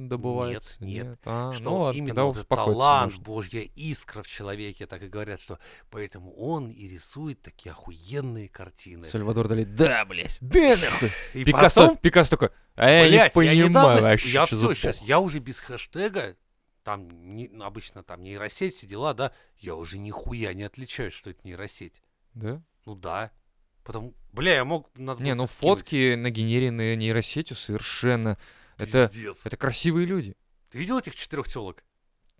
Speaker 2: добывается?
Speaker 1: Нет, нет.
Speaker 2: А,
Speaker 1: э, что
Speaker 2: ну ладно,
Speaker 1: именно
Speaker 2: тогда
Speaker 1: вот этот
Speaker 2: успокоиться
Speaker 1: талант,
Speaker 2: можно.
Speaker 1: божья искра в человеке, так и говорят, что поэтому он и рисует такие охуенные картины.
Speaker 2: Сальвадор Дали, да, блядь, да нахуй.
Speaker 1: И
Speaker 2: Пикассо,
Speaker 1: потом,
Speaker 2: Пикассо такой, а я
Speaker 1: блядь,
Speaker 2: не понимаю
Speaker 1: недавно с-
Speaker 2: вообще,
Speaker 1: я
Speaker 2: что
Speaker 1: всё
Speaker 2: за
Speaker 1: щас,
Speaker 2: похуй».
Speaker 1: я уже без хэштега, там не- ну, обычно там нейросеть, все дела, да, я уже нихуя не отличаю, что это нейросеть.
Speaker 2: Да?
Speaker 1: Ну да, потому, бля, я мог... Надо
Speaker 2: Не,
Speaker 1: было
Speaker 2: ну
Speaker 1: тебе скинуть.
Speaker 2: фотки нагенеренные нейросетью совершенно. Это,
Speaker 1: Пиздец.
Speaker 2: это красивые люди.
Speaker 1: Ты видел этих четырех телок?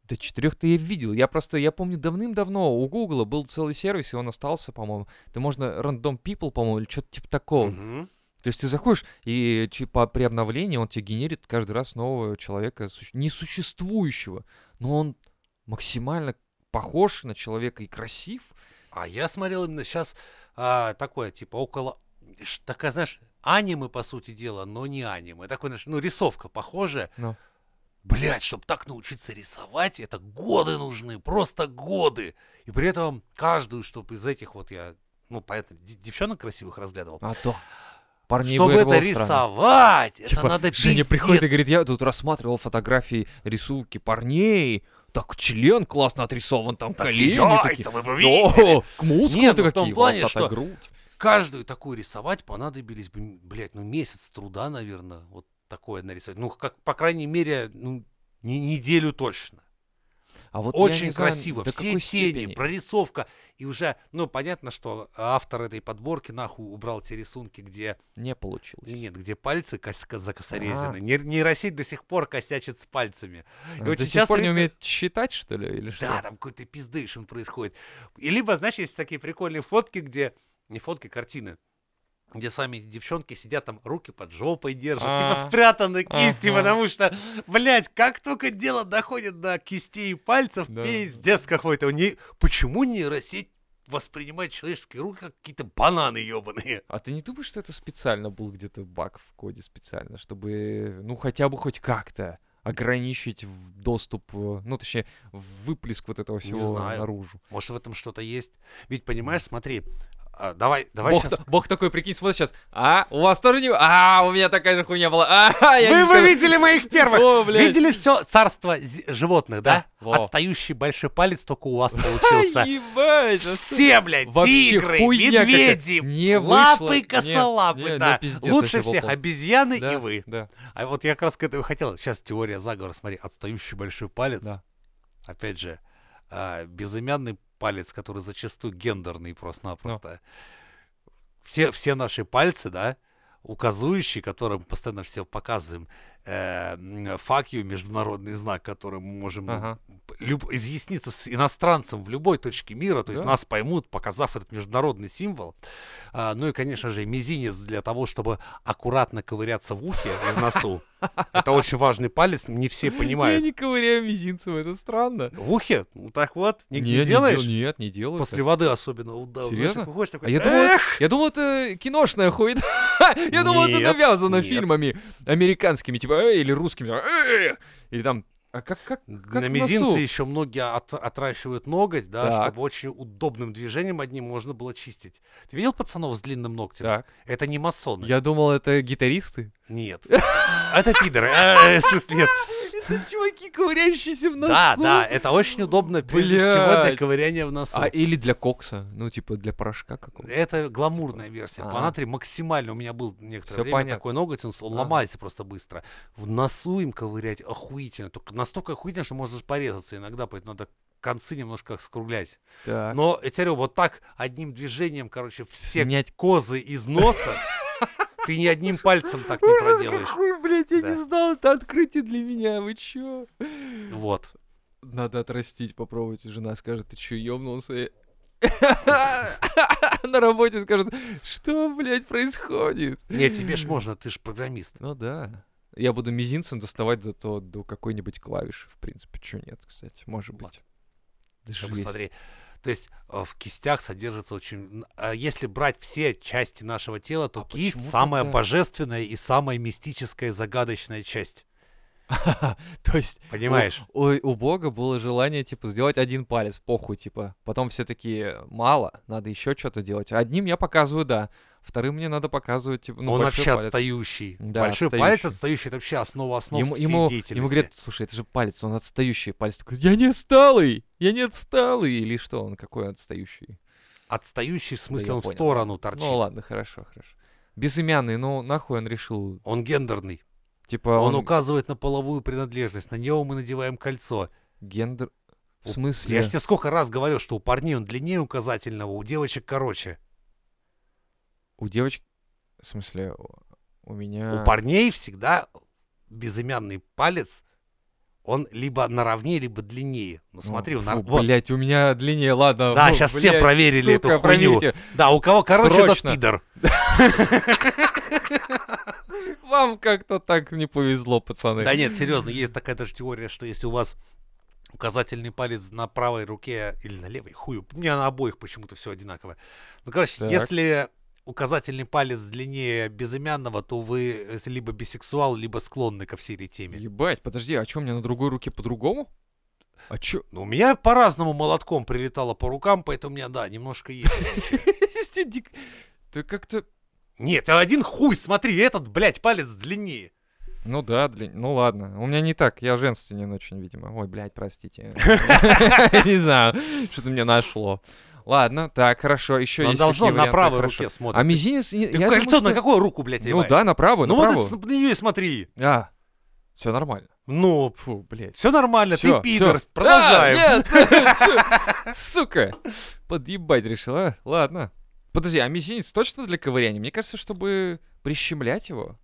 Speaker 2: До четырех-то я видел. Я просто, я помню, давным-давно у Гугла был целый сервис, и он остался, по-моему. Ты можно Random People, по-моему, или что-то типа такого.
Speaker 1: Мгм.
Speaker 2: То есть ты заходишь, и чи- по, при обновлении он тебе генерит каждый раз нового человека, суще- несуществующего. Но он максимально похож на человека и красив.
Speaker 1: А я смотрел именно сейчас такое, типа, около... ш- Такая, знаешь, аниме, по сути дела, но не аниме. Такое, знаешь, ну, рисовка похожая.
Speaker 2: Ну.
Speaker 1: Блять, чтобы так научиться рисовать, это годы нужны, просто годы. И при этом каждую, чтобы из этих вот я, ну, понятно, де- девчонок красивых разглядывал.
Speaker 2: А то. Парней
Speaker 1: чтобы
Speaker 2: бы
Speaker 1: это
Speaker 2: было странно.
Speaker 1: рисовать, это
Speaker 2: Типа,
Speaker 1: надо
Speaker 2: Женя
Speaker 1: пиздец.
Speaker 2: приходит и говорит, я тут рассматривал фотографии, рисунки парней, так член классно отрисован, там
Speaker 1: Так
Speaker 2: колени
Speaker 1: яйца,
Speaker 2: такие.
Speaker 1: вы бы видели.
Speaker 2: О, к мускулу
Speaker 1: Нет, ну в
Speaker 2: такие,
Speaker 1: том плане,
Speaker 2: волосатая
Speaker 1: что-
Speaker 2: грудь.
Speaker 1: каждую такую рисовать понадобились бы, м, блядь, ну месяц труда, наверное, вот такое нарисовать. Ну, как, по крайней мере, ну, не неделю точно.
Speaker 2: А вот я
Speaker 1: Очень
Speaker 2: не знаю,
Speaker 1: красиво.
Speaker 2: до
Speaker 1: Все тени,
Speaker 2: какой степени.
Speaker 1: прорисовка. И уже, ну, понятно, что автор этой подборки нахуй убрал те рисунки, где,
Speaker 2: Не получилось.
Speaker 1: нет, где пальцы коска закосорезены.
Speaker 2: А.
Speaker 1: Ней- Нейросеть до сих пор косячит с пальцами.
Speaker 2: А,
Speaker 1: И
Speaker 2: До
Speaker 1: очень
Speaker 2: сих
Speaker 1: часто
Speaker 2: пор не
Speaker 1: видно-
Speaker 2: умеет считать, что ли, или что?
Speaker 1: Да, там какой-то пиздейшин происходит. И либо, знаешь, есть такие прикольные фотки, где... Не фотки, картины. Где сами эти девчонки сидят там, руки под жопой держат.
Speaker 2: А,
Speaker 1: Типа спрятаны кисти,
Speaker 2: ага.
Speaker 1: потому что, блядь, как только дело доходит до кистей и пальцев,
Speaker 2: Да.
Speaker 1: пиздец какой-то. У ней... Почему нейросеть воспринимает человеческие руки как какие-то бананы ебаные?
Speaker 2: А ты не думаешь, что это специально был где-то баг в коде специально, чтобы, ну, хотя бы хоть как-то ограничить в доступ, э, ну, точнее, выплеск вот этого всего
Speaker 1: знаю.
Speaker 2: наружу?
Speaker 1: Может, в этом что-то есть? Ведь, понимаешь, смотри, а, давай, давай
Speaker 2: Бог,
Speaker 1: сейчас...
Speaker 2: та- Бог такой, прикинь, смотрит сейчас. А, у вас тоже не... А, у меня такая же хуйня была. А, я не
Speaker 1: Вы, вы
Speaker 2: знаю».
Speaker 1: видели моих первых?
Speaker 2: О, блядь.
Speaker 1: Видели все царство зи- животных, да?
Speaker 2: Да, во.
Speaker 1: Отстающий большой палец только у вас
Speaker 2: А,
Speaker 1: получился.
Speaker 2: Ебать, а что-
Speaker 1: Все, блядь,
Speaker 2: Вообще
Speaker 1: тигры,
Speaker 2: хуйня какая.
Speaker 1: медведи,
Speaker 2: Не вышло.
Speaker 1: лапы,
Speaker 2: Нет, не,
Speaker 1: косолапы,
Speaker 2: ну,
Speaker 1: да.
Speaker 2: пиздец,
Speaker 1: Лучше
Speaker 2: я же
Speaker 1: всех
Speaker 2: лопал.
Speaker 1: обезьяны и
Speaker 2: Да,
Speaker 1: вы.
Speaker 2: Да.
Speaker 1: А вот я как раз к этому хотел. Сейчас теория заговора, смотри, отстающий большой палец.
Speaker 2: Да.
Speaker 1: Опять же, а, безымянный палец, который зачастую гендерный просто-напросто. Все, все наши пальцы, да, указующие, которым постоянно все показываем, э, м, fuck you, международный знак, который мы можем ну,
Speaker 2: Ага.
Speaker 1: люб- изъясниться с иностранцем в любой точке мира, то есть
Speaker 2: Да.
Speaker 1: нас поймут, показав этот международный символ. А, ну и, конечно же, мизинец для того, чтобы аккуратно ковыряться в ухе и в носу. Это очень важный палец, не все
Speaker 2: Я
Speaker 1: понимают.
Speaker 2: не ковыряю мизинцем, это странно.
Speaker 1: В ухе? Ну так вот, не, не
Speaker 2: Не, не дел-
Speaker 1: делаешь?
Speaker 2: Нет, не делаю.
Speaker 1: После
Speaker 2: так.
Speaker 1: воды особенно. вот, да, вот, знаешь,
Speaker 2: Серьезно?
Speaker 1: такой ходишь, такой,
Speaker 2: А я думал,
Speaker 1: «Эх!»
Speaker 2: я думал, это киношная хуйня. Я думал, это
Speaker 1: Нет,
Speaker 2: навязано
Speaker 1: нет.
Speaker 2: фильмами американскими, типа, «Эй», или русскими, типа, «Эй», или там, а как, как, как
Speaker 1: На
Speaker 2: в
Speaker 1: мизинце
Speaker 2: носу?
Speaker 1: еще многие от- отращивают ноготь, да,
Speaker 2: Так.
Speaker 1: чтобы очень удобным движением одним можно было чистить. Ты видел пацанов с длинным ногтем?
Speaker 2: Так,
Speaker 1: Это не масоны.
Speaker 2: я думал, это гитаристы.
Speaker 1: Нет. Это пидоры. Э, В смысле, нет.
Speaker 2: Это чуваки, ковыряющиеся в носу.
Speaker 1: Да, да, это очень удобно, прежде всего, для
Speaker 2: Ну, Блядь.
Speaker 1: ковыряния в носу.
Speaker 2: А или для кокса, ну, типа, для порошка какого-то.
Speaker 1: Это гламурная версия. По
Speaker 2: Ага.
Speaker 1: натри максимально. У меня был некоторое
Speaker 2: А. Всё
Speaker 1: время
Speaker 2: понятно. А.
Speaker 1: такой ноготь, он, с- он
Speaker 2: Ага.
Speaker 1: ломается просто быстро. В носу им ковырять охуительно. Только настолько охуительно, что можешь порезаться иногда, поэтому надо концы немножко скруглять.
Speaker 2: Так.
Speaker 1: Но я тебе говорю, вот так одним движением, короче, все
Speaker 2: Снять
Speaker 1: козы из носа, ты ни одним пальцем так не
Speaker 2: Ужас
Speaker 1: проделаешь.
Speaker 2: какой, блядь, я
Speaker 1: Да.
Speaker 2: не знал, это открытие для меня, вы чё?
Speaker 1: Вот.
Speaker 2: Надо отрастить, попробовать. Жена скажет, ты чё, ёбнулся? На работе скажет, что, блядь, происходит?
Speaker 1: Не, тебе ж можно, ты ж программист.
Speaker 2: Ну да. Я буду мизинцем доставать до, то- до какой-нибудь клавиши, в принципе. Чё нет, кстати, может
Speaker 1: Вот.
Speaker 2: быть. Да
Speaker 1: Как бы,
Speaker 2: жесть.
Speaker 1: смотри, то есть э, в кистях содержится очень... н- а Если брать все части нашего тела, то
Speaker 2: А
Speaker 1: кисть
Speaker 2: почему
Speaker 1: самая
Speaker 2: тогда-
Speaker 1: божественная и самая мистическая, загадочная часть.
Speaker 2: То есть
Speaker 1: Понимаешь?
Speaker 2: у, у Бога было желание, типа, сделать один палец, похуй, типа. Потом все такие, мало, надо еще что-то делать. Одним я показываю, да. Вторым мне надо показывать, типа, ну,
Speaker 1: Он
Speaker 2: большой
Speaker 1: вообще
Speaker 2: палец.
Speaker 1: отстающий.
Speaker 2: Да,
Speaker 1: Большой палец
Speaker 2: отстающий.
Speaker 1: отстающий, это вообще основа основ
Speaker 2: Ему,
Speaker 1: всей
Speaker 2: ему,
Speaker 1: деятельности.
Speaker 2: ему говорят, слушай, это же палец, он отстающий палец. Такой, я не отсталый, я не отсталый. Или что, он какой отстающий?
Speaker 1: Отстающий в смысле
Speaker 2: я
Speaker 1: он в
Speaker 2: понял,
Speaker 1: сторону торчит.
Speaker 2: Ну ладно, хорошо, хорошо. Безымянный, ну нахуй он решил,
Speaker 1: Он гендерный.
Speaker 2: типа
Speaker 1: Он
Speaker 2: он,
Speaker 1: указывает на половую принадлежность. На него мы надеваем кольцо.
Speaker 2: гендер... В
Speaker 1: У-
Speaker 2: смысле?
Speaker 1: Я же тебе сколько раз говорил, что у парней он длиннее указательного, у девочек короче.
Speaker 2: У девочки... В смысле, у- у меня...
Speaker 1: У парней всегда безымянный палец, он либо наравне, либо длиннее. Ну смотри, у нар- вот.
Speaker 2: Блять, у меня длиннее, ладно.
Speaker 1: Да,
Speaker 2: ну,
Speaker 1: щас все
Speaker 2: блядь,
Speaker 1: проверили эту
Speaker 2: сука,
Speaker 1: хуйню.
Speaker 2: проверите.
Speaker 1: да, у кого короче, этот
Speaker 2: Срочно.
Speaker 1: пидор.
Speaker 2: Вам как-то так не повезло, пацаны.
Speaker 1: Да нет, серьезно, есть такая даже теория, что если у вас указательный палец на правой руке или на левой, хую, у меня на обоих почему-то все одинаково. Ну, короче,
Speaker 2: Так.
Speaker 1: если указательный палец длиннее безымянного, то вы э, либо бисексуал, либо склонны ко всей этой теме.
Speaker 2: Ебать, подожди, а что, у меня на другой руке по-другому? А чё?
Speaker 1: Ну, у меня по-разному молотком прилетало по рукам, поэтому у меня, да, немножко есть.
Speaker 2: Сидик, Ты как-то...
Speaker 1: Нет, а один хуй, смотри, этот, блядь, палец длиннее.
Speaker 2: Ну да, дли- ну ладно. У меня не так, я женственен очень, видимо. Ой, блядь, простите. Не знаю, что-то мне нашло. Ладно, так, хорошо, еще
Speaker 1: Он
Speaker 2: есть
Speaker 1: должно
Speaker 2: какие
Speaker 1: на
Speaker 2: варианты?
Speaker 1: правой
Speaker 2: Хорошо.
Speaker 1: руке смотреть.
Speaker 2: А мизинец... не-
Speaker 1: Ты
Speaker 2: я
Speaker 1: кольцо
Speaker 2: думаю,
Speaker 1: на
Speaker 2: что-
Speaker 1: какую руку, блядь,
Speaker 2: Ну
Speaker 1: одеваешь?
Speaker 2: да, на правую, на
Speaker 1: Ну вот и с-
Speaker 2: правую.
Speaker 1: на нее и смотри.
Speaker 2: А, все нормально.
Speaker 1: Ну,
Speaker 2: Фу, блядь.
Speaker 1: все нормально,
Speaker 2: Всё,
Speaker 1: ты пидор,
Speaker 2: всё.
Speaker 1: продолжаем.
Speaker 2: Да, нет, сука. Подъебать решила, ладно. Подожди, а мизинец точно для ковыряния? Мне кажется, чтобы прищемлять его,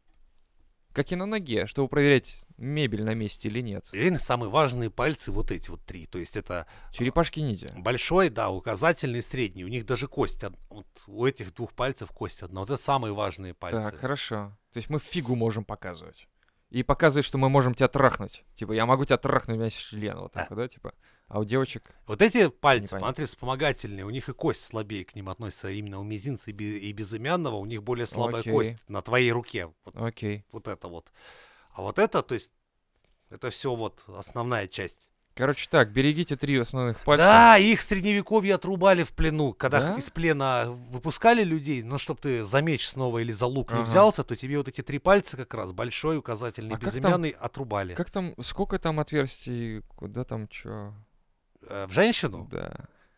Speaker 2: как и на ноге, чтобы проверять, мебель на месте или нет.
Speaker 1: Реально самые важные пальцы вот эти вот три. То есть это
Speaker 2: Черепашки ниндзя.
Speaker 1: большой, да, указательный, средний. У них даже кость, од- вот у этих двух пальцев кость одна. Вот это самые важные пальцы.
Speaker 2: Так, хорошо. То есть мы фигу можем показывать. И показывать, что мы можем тебя трахнуть. Типа, я могу тебя трахнуть, у меня есть член вот так, вот, да, типа. А у девочек...
Speaker 1: Вот эти пальцы,
Speaker 2: Непонятно.
Speaker 1: смотри, вспомогательные, у них и кость слабее к ним относится, а именно у мизинца и бе- и безымянного, у них более слабая
Speaker 2: Окей.
Speaker 1: кость на твоей руке, вот,
Speaker 2: Окей.
Speaker 1: вот это вот. А вот это, то есть, это все вот основная часть.
Speaker 2: Короче так, берегите три основных пальца.
Speaker 1: Да, их в средневековье отрубали в плену, когда х-
Speaker 2: Да?
Speaker 1: из плена выпускали людей, но чтобы ты за меч снова или за лук не
Speaker 2: Ага.
Speaker 1: взялся, то тебе вот эти три пальца как раз, большой, указательный,
Speaker 2: А как там-
Speaker 1: безымянный, отрубали.
Speaker 2: Как там, сколько там отверстий, куда там чё?
Speaker 1: Э, в женщину?
Speaker 2: Ну, Да,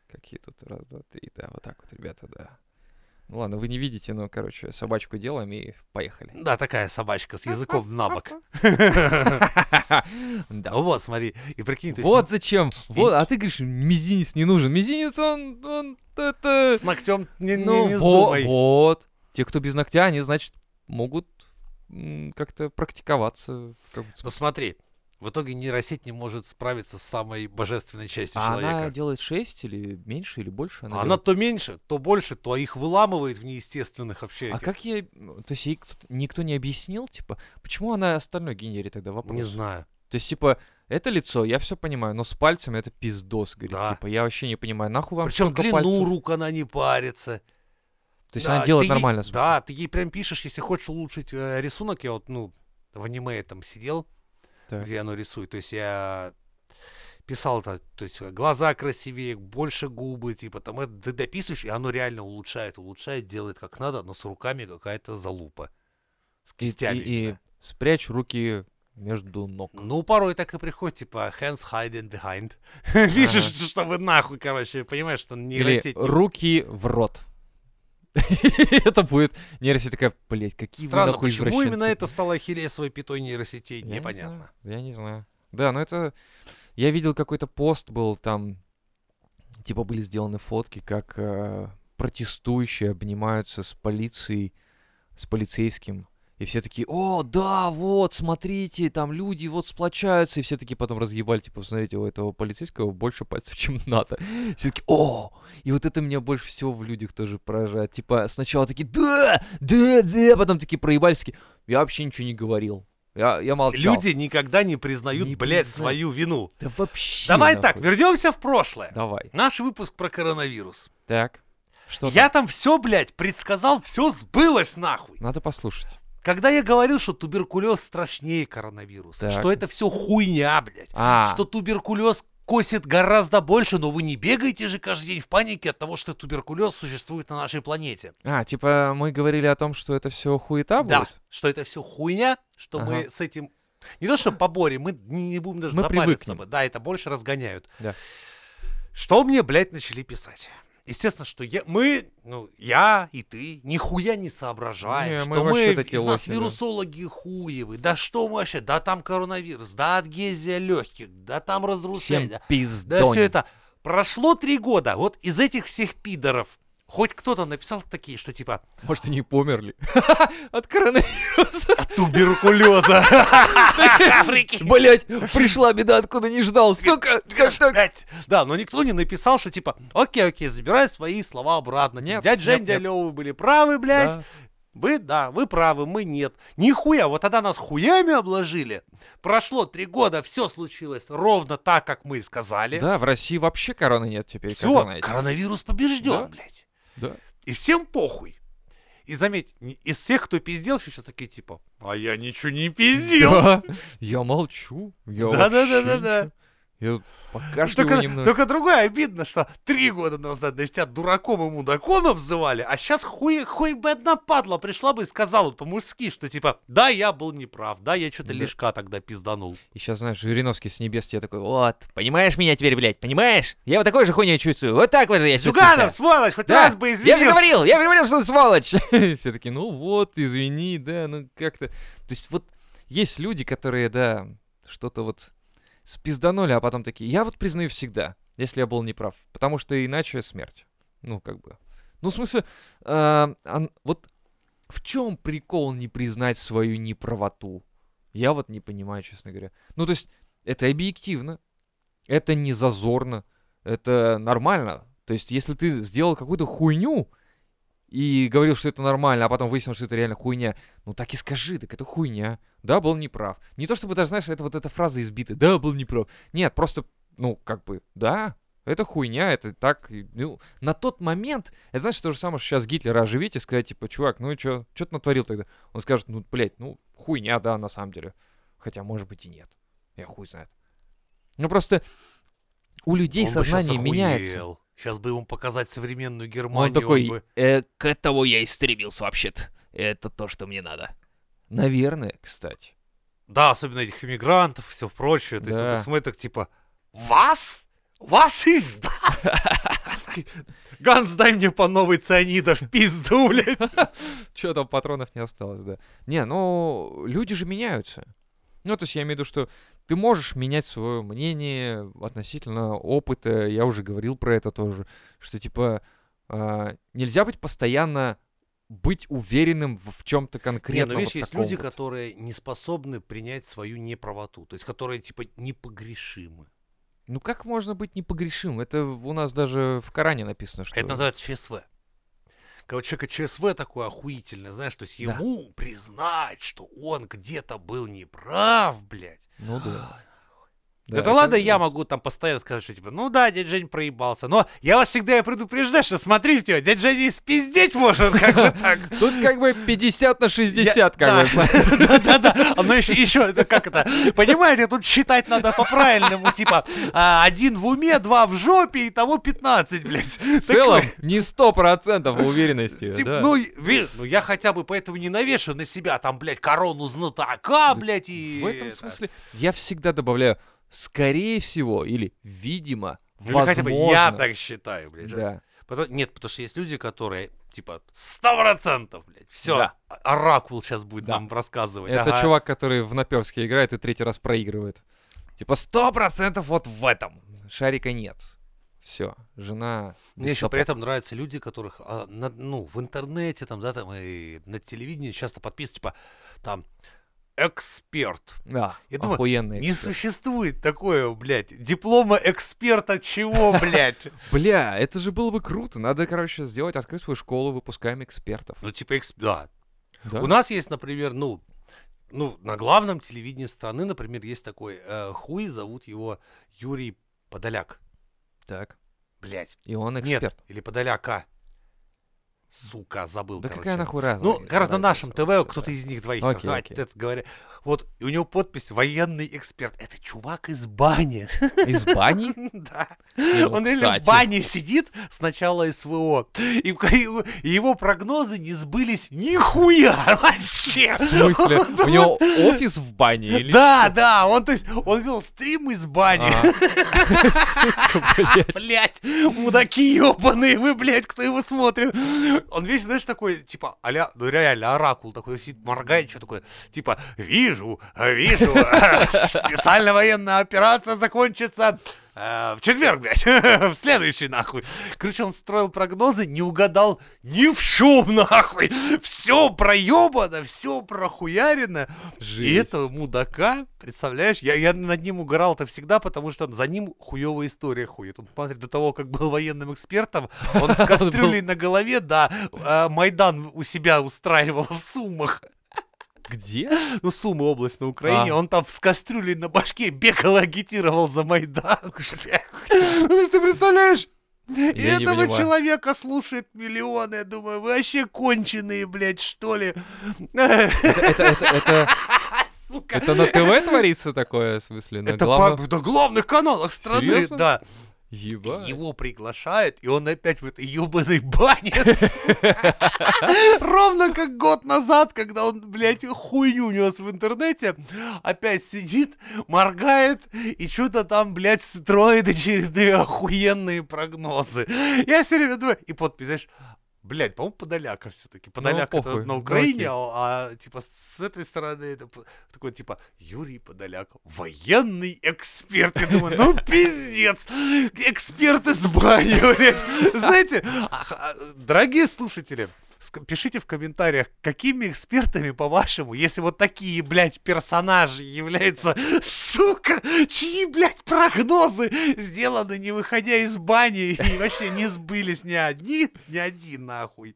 Speaker 2: какие тут раз, два, три, да, вот так вот, ребята, да. Ну ладно, вы не видите, но, короче, собачку делаем и поехали.
Speaker 1: Ну, Да, такая собачка с языком на бок.
Speaker 2: Да.
Speaker 1: Ну вот, смотри, и прикинь, то есть
Speaker 2: Вот зачем. Вот, а ты говоришь, мизинец не нужен. Мизинец, он, он, это...
Speaker 1: с ногтем не, не-
Speaker 2: Ну,
Speaker 1: не
Speaker 2: во-
Speaker 1: вздумай.
Speaker 2: вот. Те, кто без ногтя, они, значит, могут м, как-то практиковаться. в каком-то
Speaker 1: Ну
Speaker 2: смысле.
Speaker 1: смотри, в итоге нейросеть не может справиться с самой божественной частью
Speaker 2: А она
Speaker 1: человека.
Speaker 2: делает 6 или меньше, или больше?
Speaker 1: А Она,
Speaker 2: делает-
Speaker 1: то меньше, то больше, то их выламывает в неестественных вообще
Speaker 2: А
Speaker 1: этих.
Speaker 2: как ей... ну, То есть ей кто-то- никто не объяснил, типа, почему она остальной генерит тогда вопрос?
Speaker 1: Не знаю.
Speaker 2: То есть, типа, это лицо, я все понимаю, но с пальцем это пиздос, говорит.
Speaker 1: Да.
Speaker 2: Типа, я вообще не понимаю, нахуй вам
Speaker 1: Причем
Speaker 2: столько
Speaker 1: длину
Speaker 2: пальцев?
Speaker 1: рук она не парится.
Speaker 2: То есть
Speaker 1: Да,
Speaker 2: она делает
Speaker 1: ты ей-
Speaker 2: нормально. в смысле.
Speaker 1: да, ты ей прям пишешь, если хочешь улучшить э, рисунок, я вот, ну, в аниме там сидел,
Speaker 2: Так.
Speaker 1: где оно рисует, то есть я писал это, то есть глаза красивее, больше губы, типа там это ты дописываешь, и оно реально улучшает, улучшает, делает как надо, но с руками какая-то залупа. С
Speaker 2: И- и-
Speaker 1: кистями.
Speaker 2: И,
Speaker 1: именно.
Speaker 2: спрячь руки между ног.
Speaker 1: Ну, порой так и приходит, типа, hands hiding behind. Пишешь, чтобы нахуй, короче, понимаешь, что
Speaker 2: Или
Speaker 1: нейросеть не
Speaker 2: руки в рот. Это будет нейросеть такая, блять, какие вы
Speaker 1: Странно,
Speaker 2: нахуй
Speaker 1: почему
Speaker 2: извращенцы.
Speaker 1: именно это стало ахиллесовой пятой нейросетей,
Speaker 2: Я не
Speaker 1: непонятно.
Speaker 2: знаю, Я не знаю. Да, но это... Я видел какой-то пост был, там, типа, были сделаны фотки, как э, протестующие обнимаются с полицией, с полицейским. И все такие, о, да, вот, смотрите, там люди вот сплочаются. И все такие потом разъебали, типа, посмотрите, у этого полицейского больше пальцев, чем надо. Все такие, о, и вот это меня больше всего в людях тоже поражает. Типа, сначала такие, да, да, да, потом такие проебались, такие, я вообще ничего не говорил. Я, я молчал.
Speaker 1: Люди никогда не признают,
Speaker 2: Не
Speaker 1: блядь,
Speaker 2: признают.
Speaker 1: свою вину.
Speaker 2: Да вообще.
Speaker 1: Давай
Speaker 2: нахуй.
Speaker 1: так, вернемся в прошлое.
Speaker 2: Давай.
Speaker 1: Наш выпуск про коронавирус.
Speaker 2: Так. Что
Speaker 1: Я
Speaker 2: там?
Speaker 1: там все, блядь, предсказал, все сбылось нахуй.
Speaker 2: Надо послушать.
Speaker 1: Когда я говорил, что туберкулез страшнее коронавируса,
Speaker 2: Так.
Speaker 1: что это все хуйня, блядь,
Speaker 2: А,
Speaker 1: что туберкулез косит гораздо больше, но вы не бегаете же каждый день в панике от того, что туберкулез существует на нашей планете.
Speaker 2: а, типа мы говорили о том, что это все хуета
Speaker 1: да,
Speaker 2: будет?
Speaker 1: что это все хуйня, что мы
Speaker 2: А Ага.
Speaker 1: с этим... Не то, что поборем, мы не не будем даже
Speaker 2: Мы
Speaker 1: запариваться.
Speaker 2: привыкнем.
Speaker 1: Да, это больше разгоняют.
Speaker 2: Да.
Speaker 1: Что мне, блядь, начали писать? Естественно, что я, мы, ну, я и ты, нихуя не соображаем,
Speaker 2: Не,
Speaker 1: что
Speaker 2: мы
Speaker 1: мы,
Speaker 2: вообще
Speaker 1: из
Speaker 2: такие
Speaker 1: нас
Speaker 2: лохи, да.
Speaker 1: вирусологи хуевы, да что мы вообще, да там коронавирус, да адгезия легких, да там разрушение,
Speaker 2: Всем
Speaker 1: да,
Speaker 2: пиздонь.
Speaker 1: да все это. Прошло три года, вот из этих всех пидоров хоть кто-то написал такие, что типа
Speaker 2: Может, они померли от коронавируса.
Speaker 1: от туберкулеза. Прикинь.
Speaker 2: Блять, пришла беда, откуда не ждал, сука. Как так?
Speaker 1: Блядь. Да, но никто не написал, что типа, окей, окей, забирай свои слова обратно. Типа,
Speaker 2: Нет,
Speaker 1: дядь
Speaker 2: нет,
Speaker 1: Жень,
Speaker 2: нет.
Speaker 1: дядя Лёва, вы были правы, блядь.
Speaker 2: Да.
Speaker 1: Вы, да, вы правы, мы нет. Нихуя, вот тогда нас хуями обложили. Прошло три года, все случилось ровно так, как мы и сказали.
Speaker 2: Да, в России вообще короны нет теперь. как она
Speaker 1: все,
Speaker 2: есть.
Speaker 1: коронавирус побежден,
Speaker 2: Да.
Speaker 1: блядь.
Speaker 2: Да.
Speaker 1: И всем похуй. И заметь, ни- из всех, кто пиздел, все сейчас такие типа, а я ничего не пиздил.
Speaker 2: Да. Я молчу. Я вообще
Speaker 1: Да-да-да-да-да.
Speaker 2: ничего. Я покашливаю
Speaker 1: Только,
Speaker 2: немного.
Speaker 1: только другое обидно, что три года назад, значит, тебя дураком и мудаком обзывали, а сейчас хуй, хуй бы одна падла пришла бы и сказала вот по-мужски, что типа, да, я был неправ, да, я что-то
Speaker 2: Да.
Speaker 1: лишка тогда пизданул.
Speaker 2: И сейчас, знаешь, Жириновский с небес тебе такой, вот, понимаешь меня теперь, блядь, понимаешь? Я вот такой же хуйню чувствую, вот так вот же я чувствую себя».
Speaker 1: Зюганов, сволочь, хоть
Speaker 2: Да,
Speaker 1: раз бы
Speaker 2: я же
Speaker 1: извинился.
Speaker 2: говорил, я же говорил, что ты сволочь. Все такие, ну вот, извини, да, ну как-то. То есть вот есть люди, которые, да, что-то вот спизданули, а потом такие, я вот признаю всегда, если я был неправ, потому что иначе смерть. Ну, как бы. Ну, в смысле, а, ан- вот в чем прикол не признать свою неправоту? Я вот не понимаю, честно говоря. Ну, то есть, это объективно, это не зазорно, это нормально. То есть, если ты сделал какую-то хуйню и говорил, что это нормально, а потом выяснил, что это реально хуйня, ну так и скажи, так это хуйня. Да, был неправ. Не то чтобы даже, знаешь, это вот эта фраза избита. Да, был неправ. Нет, просто, ну, как бы, да, это хуйня, это так. и, Ну, на тот момент, это знаешь, то же самое, что сейчас Гитлера оживить и сказать, типа, чувак, ну и что, что ты натворил тогда? Он скажет, ну, блядь, ну, хуйня, да, на самом деле. Хотя, может быть, и нет. Я хуй знает. Ну, просто у людей сознание меняется.
Speaker 1: Сейчас бы ему показать современную
Speaker 2: Ну,
Speaker 1: Германию.
Speaker 2: Он такой,
Speaker 1: бы-
Speaker 2: «Э, к этому я и стремился вообще-то. Это то, что мне надо. Наверное, кстати.
Speaker 1: Да, особенно этих иммигрантов, все прочее. То есть
Speaker 2: Да.
Speaker 1: он так смотрит, так типа, вас? Вас издаст! Ганс, дай мне по новой цианида в пизду, блядь.
Speaker 2: Че там патронов не осталось, да. Не, ну, люди же меняются. Ну, то есть я имею в виду, что ты можешь менять свое мнение относительно опыта. Я уже говорил про это тоже, что типа а, нельзя быть постоянно быть уверенным в, чем-то
Speaker 1: Не,
Speaker 2: конкретном.
Speaker 1: но ну, видишь,
Speaker 2: вот
Speaker 1: есть
Speaker 2: таком
Speaker 1: люди,
Speaker 2: вот.
Speaker 1: которые не способны принять свою неправоту. То есть, которые, типа, непогрешимы.
Speaker 2: Ну как можно быть непогрешимым? Это у нас даже в Коране написано, что...
Speaker 1: Это называется ЧСВ. Когда у человека ЧСВ такое охуительное, знаешь, то есть
Speaker 2: Да.
Speaker 1: ему признать, что он где-то был неправ, блядь.
Speaker 2: Ну да.
Speaker 1: Да, ладно, я могу там постоянно сказать, что типа, ну да, дядя Жень проебался, но я вас всегда и предупреждаю, что смотрите, дядя Женя и спиздеть может, как бы так.
Speaker 2: Тут как бы 50 на 60,
Speaker 1: Я-
Speaker 2: как бы.
Speaker 1: да, да, да. А, Оно еще, еще, это как это, понимаете, тут считать надо по-правильному, типа, а, один в уме, два в жопе, и того 15, блядь.
Speaker 2: В целом, не 100% уверенности.
Speaker 1: Типа,
Speaker 2: да.
Speaker 1: ну, и- ви- ну, я хотя бы поэтому не навешу на себя там, блядь, корону знатока,
Speaker 2: Да
Speaker 1: блядь, и...
Speaker 2: В этом
Speaker 1: это.
Speaker 2: смысле я всегда добавляю скорее всего или видимо,
Speaker 1: Ну, или
Speaker 2: возможно.
Speaker 1: хотя бы я так считаю, блядь.
Speaker 2: Да.
Speaker 1: Потом- нет, потому что есть люди, которые, типа, сто процентов, блядь, все,
Speaker 2: Да.
Speaker 1: оракул сейчас будет
Speaker 2: Да.
Speaker 1: нам рассказывать.
Speaker 2: Это
Speaker 1: ага.
Speaker 2: чувак, который в наперске играет и третий раз проигрывает. Типа сто процентов вот в этом. Шарика нет. Все, жена.
Speaker 1: Мне
Speaker 2: без
Speaker 1: еще при
Speaker 2: сапог.
Speaker 1: этом нравятся люди, которых, а, на- ну, в интернете, там, да, там, и на телевидении часто подписывают, типа, там, эксперт.
Speaker 2: Да,
Speaker 1: Я думаю,
Speaker 2: охуенный
Speaker 1: Не
Speaker 2: эксперт.
Speaker 1: существует такое, блядь, диплома эксперта чего, блядь?
Speaker 2: Бля, это же было бы круто. Надо, короче, сделать, открыть свою школу, выпускаем экспертов.
Speaker 1: Ну, типа, экс- да.
Speaker 2: Да?
Speaker 1: У нас есть, например, ну, ну, на главном телевидении страны, например, есть такой э, хуй, зовут его Юрий Подоляк.
Speaker 2: Так.
Speaker 1: Блядь.
Speaker 2: И он
Speaker 1: Нет,
Speaker 2: эксперт.
Speaker 1: или Подоляка. Сука, забыл,
Speaker 2: Да
Speaker 1: короче.
Speaker 2: какая нахуй разница?
Speaker 1: Ну, короче, на
Speaker 2: разница
Speaker 1: нашем
Speaker 2: вообще,
Speaker 1: ТВ кто-то
Speaker 2: да.
Speaker 1: из них двоих,
Speaker 2: Окей,
Speaker 1: короче,
Speaker 2: окей.
Speaker 1: это говоря, вот, и у него подпись «Военный эксперт». Это чувак из бани,
Speaker 2: Из бани?
Speaker 1: да.
Speaker 2: Ну,
Speaker 1: Он или в
Speaker 2: кстати.
Speaker 1: бане сидит с начала СВО, и, в- и его- и его прогнозы не сбылись нихуя вообще.
Speaker 2: В смысле?
Speaker 1: Он-
Speaker 2: У него офис в бане или
Speaker 1: Да, да, он, то есть, он вел стримы из бани.
Speaker 2: А. Сука, блядь.
Speaker 1: Блять, мудаки ебаные, вы, блядь, кто его смотрит? Он весь, знаешь, такой, типа, аля, ну реально, оракул такой сидит, моргает, что такое, типа, вижу, вижу, специальная военная операция закончится э, в четверг, блядь, в следующий, нахуй. Короче, он строил прогнозы, не угадал ни в шум, нахуй. Все проебано, все прохуярено. И
Speaker 2: Жесть.
Speaker 1: этого мудака, представляешь, я, я над ним угорал-то всегда, потому что за ним хуевая история хует. Он, смотри, до того, как был военным экспертом, он с кастрюлей на голове, да, э, Майдан у себя устраивал в Сумах.
Speaker 2: Где?
Speaker 1: Ну, Сумы область на Украине.
Speaker 2: А.
Speaker 1: Он там с кастрюлей на башке бегал и агитировал за Майдан. Ну, то есть Ты представляешь? И
Speaker 2: Я не
Speaker 1: этого
Speaker 2: понимаю.
Speaker 1: человека слушает миллионы. Я думаю, вы вообще конченые, блядь, что ли?
Speaker 2: Это, это, это, это,
Speaker 1: Сука.
Speaker 2: это на ТВ творится такое, в смысле? На
Speaker 1: Это
Speaker 2: главном?
Speaker 1: по- на главных каналах страны,
Speaker 2: Серьезно?
Speaker 1: да.
Speaker 2: Ебать.
Speaker 1: Его приглашают, и он опять в этой ебаной бане. сука. Ровно как год назад, когда он, блядь, хуйню нес в интернете, опять сидит, моргает и что-то там, блядь, строит очередные охуенные прогнозы. Я все время думаю, и подпись, знаешь, Блять, по-моему, Подоляка все-таки. Подоляк это
Speaker 2: похуй,
Speaker 1: на
Speaker 2: ну
Speaker 1: Украине,
Speaker 2: окей.
Speaker 1: а, а, типа с этой стороны это п- такой типа Юрий Подоляк, военный эксперт. Я думаю, ну пиздец, эксперт из бани, блядь. Знаете, а, а, дорогие слушатели, ск- пишите в комментариях, какими экспертами, по-вашему, если вот такие, блядь, персонажи являются, сука, чьи, блядь, прогнозы сделаны, не выходя из бани, и вообще не сбылись ни одни, ни один, нахуй.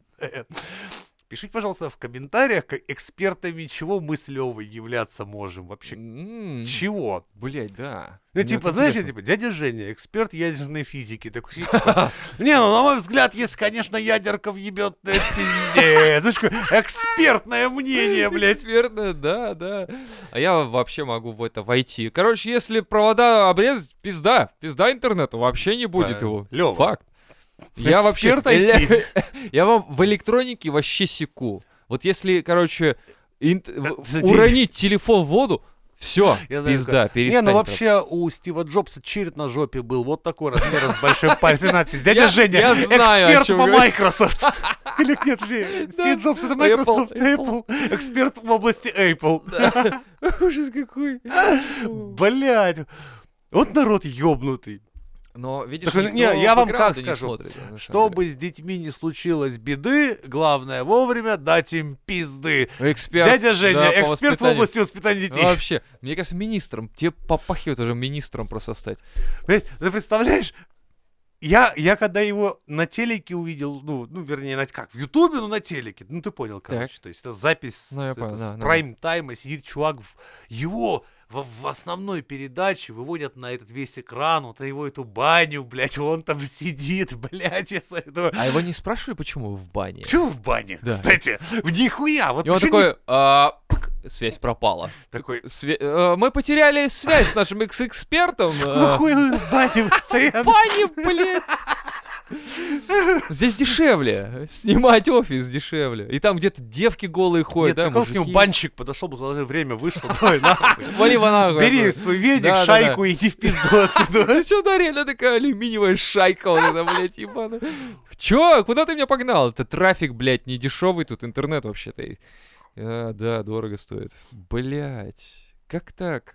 Speaker 1: Пишите, пожалуйста, в комментариях, к- экспертами чего мы с Левой являться можем вообще.
Speaker 2: М,
Speaker 1: Чего?
Speaker 2: Блядь, да.
Speaker 1: Ну,
Speaker 2: Мне
Speaker 1: типа,
Speaker 2: вот
Speaker 1: знаешь,
Speaker 2: интересно.
Speaker 1: типа, дядя Женя, эксперт ядерной физики. Такой, сидит, типа, не, ну, на мой взгляд, если, конечно, ядерка въебет, э, пиздец. Знаешь, такое, экспертное мнение, блядь.
Speaker 2: Экспертное, да, да. А я вообще могу в это войти. Короче, если провода обрезать, пизда. Пизда интернету вообще не будет
Speaker 1: Да,
Speaker 2: его.
Speaker 1: Лёва.
Speaker 2: Факт. Я вообще...
Speaker 1: Эксперт IT.
Speaker 2: Я вам в электронике вообще секу. Вот если, короче, ин- в-
Speaker 1: За
Speaker 2: уронить телефон в воду, Все,
Speaker 1: Я знаю,
Speaker 2: пизда,
Speaker 1: Не,
Speaker 2: перестань.
Speaker 1: ну
Speaker 2: про-
Speaker 1: вообще у Стива Джобса череп на жопе был вот такой размером с большим пальцем надпись. Дядя
Speaker 2: Я-
Speaker 1: Женя,
Speaker 2: я знаю, о
Speaker 1: эксперт
Speaker 2: чем
Speaker 1: по
Speaker 2: говорю.
Speaker 1: Microsoft. Или нет, не, Стив Джобс это Microsoft,
Speaker 2: Apple,
Speaker 1: Apple, эксперт в области Apple.
Speaker 2: Ужас какой.
Speaker 1: Блять. Вот народ ёбнутый.
Speaker 2: Но видишь,
Speaker 1: Так, ну, не,
Speaker 2: никто
Speaker 1: я вам
Speaker 2: бэкграунда
Speaker 1: как
Speaker 2: не
Speaker 1: скажу,
Speaker 2: смотрит, на самом деле.
Speaker 1: Чтобы с детьми не случилось беды, главное вовремя дать им пизды.
Speaker 2: Эксперт,
Speaker 1: Дядя
Speaker 2: да,
Speaker 1: Женя,
Speaker 2: по
Speaker 1: эксперт в
Speaker 2: воспитанию.
Speaker 1: области воспитания
Speaker 2: Ну,
Speaker 1: детей.
Speaker 2: Вообще, мне кажется, министром. Тебе попахивает уже министром просто стать.
Speaker 1: Блядь, ты представляешь? Я, я когда его на телеке увидел, ну, ну вернее, на, как, в Ютубе, но на телеке, ну ты понял, короче, то есть это запись
Speaker 2: Ну, я
Speaker 1: с- это
Speaker 2: понял,
Speaker 1: с
Speaker 2: да, да.
Speaker 1: прайм-тайма, сидит чувак, в, его в, в основной передаче выводят на этот весь экран, вот его эту баню, блядь, он там сидит, блядь, я смотрю, думаю,
Speaker 2: А его не спрашивай, почему в бане.
Speaker 1: почему в бане,
Speaker 2: Да.
Speaker 1: кстати, в нихуя, вот
Speaker 2: И он
Speaker 1: почему
Speaker 2: такой, «А, пк, связь пропала.
Speaker 1: такой,
Speaker 2: Све- э, мы потеряли связь с нашим экс-экспертом.
Speaker 1: ну
Speaker 2: э,
Speaker 1: хуй вы в бане постоянно,
Speaker 2: Пани, блядь. Здесь дешевле. Снимать офис дешевле. И там где-то девки голые
Speaker 1: нет,
Speaker 2: ходят, да,
Speaker 1: так он к нему
Speaker 2: мужики.
Speaker 1: банщик подошел, бы время вышло, давай нахуй.
Speaker 2: Вали его нахуй.
Speaker 1: Бери
Speaker 2: отсюда.
Speaker 1: свой веник,
Speaker 2: Да, да,
Speaker 1: шайку и иди в пизду отсюда.
Speaker 2: Ты чё, да, реально такая алюминиевая шайка вот эта, блядь, ебаная. Чё, куда ты меня погнал? Это трафик, блядь, не дешевый, тут интернет вообще-то. и- А, да, дорого стоит. Блядь, как так?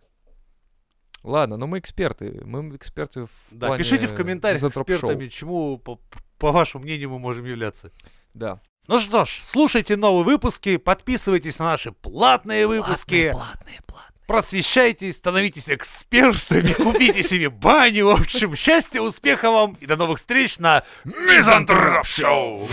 Speaker 2: Ладно, но мы эксперты. Мы эксперты в
Speaker 1: Да,
Speaker 2: плане
Speaker 1: пишите в комментариях
Speaker 2: изотроп-шоу.
Speaker 1: экспертами, чему, по, по вашему мнению, мы можем являться.
Speaker 2: Да.
Speaker 1: Ну что ж, слушайте новые выпуски, подписывайтесь на наши платные выпуски,
Speaker 2: Платные, платные.
Speaker 1: просвещайтесь, становитесь экспертами, купите себе баню. В общем, счастья, успеха вам и до новых встреч на Мизантроп Шоу!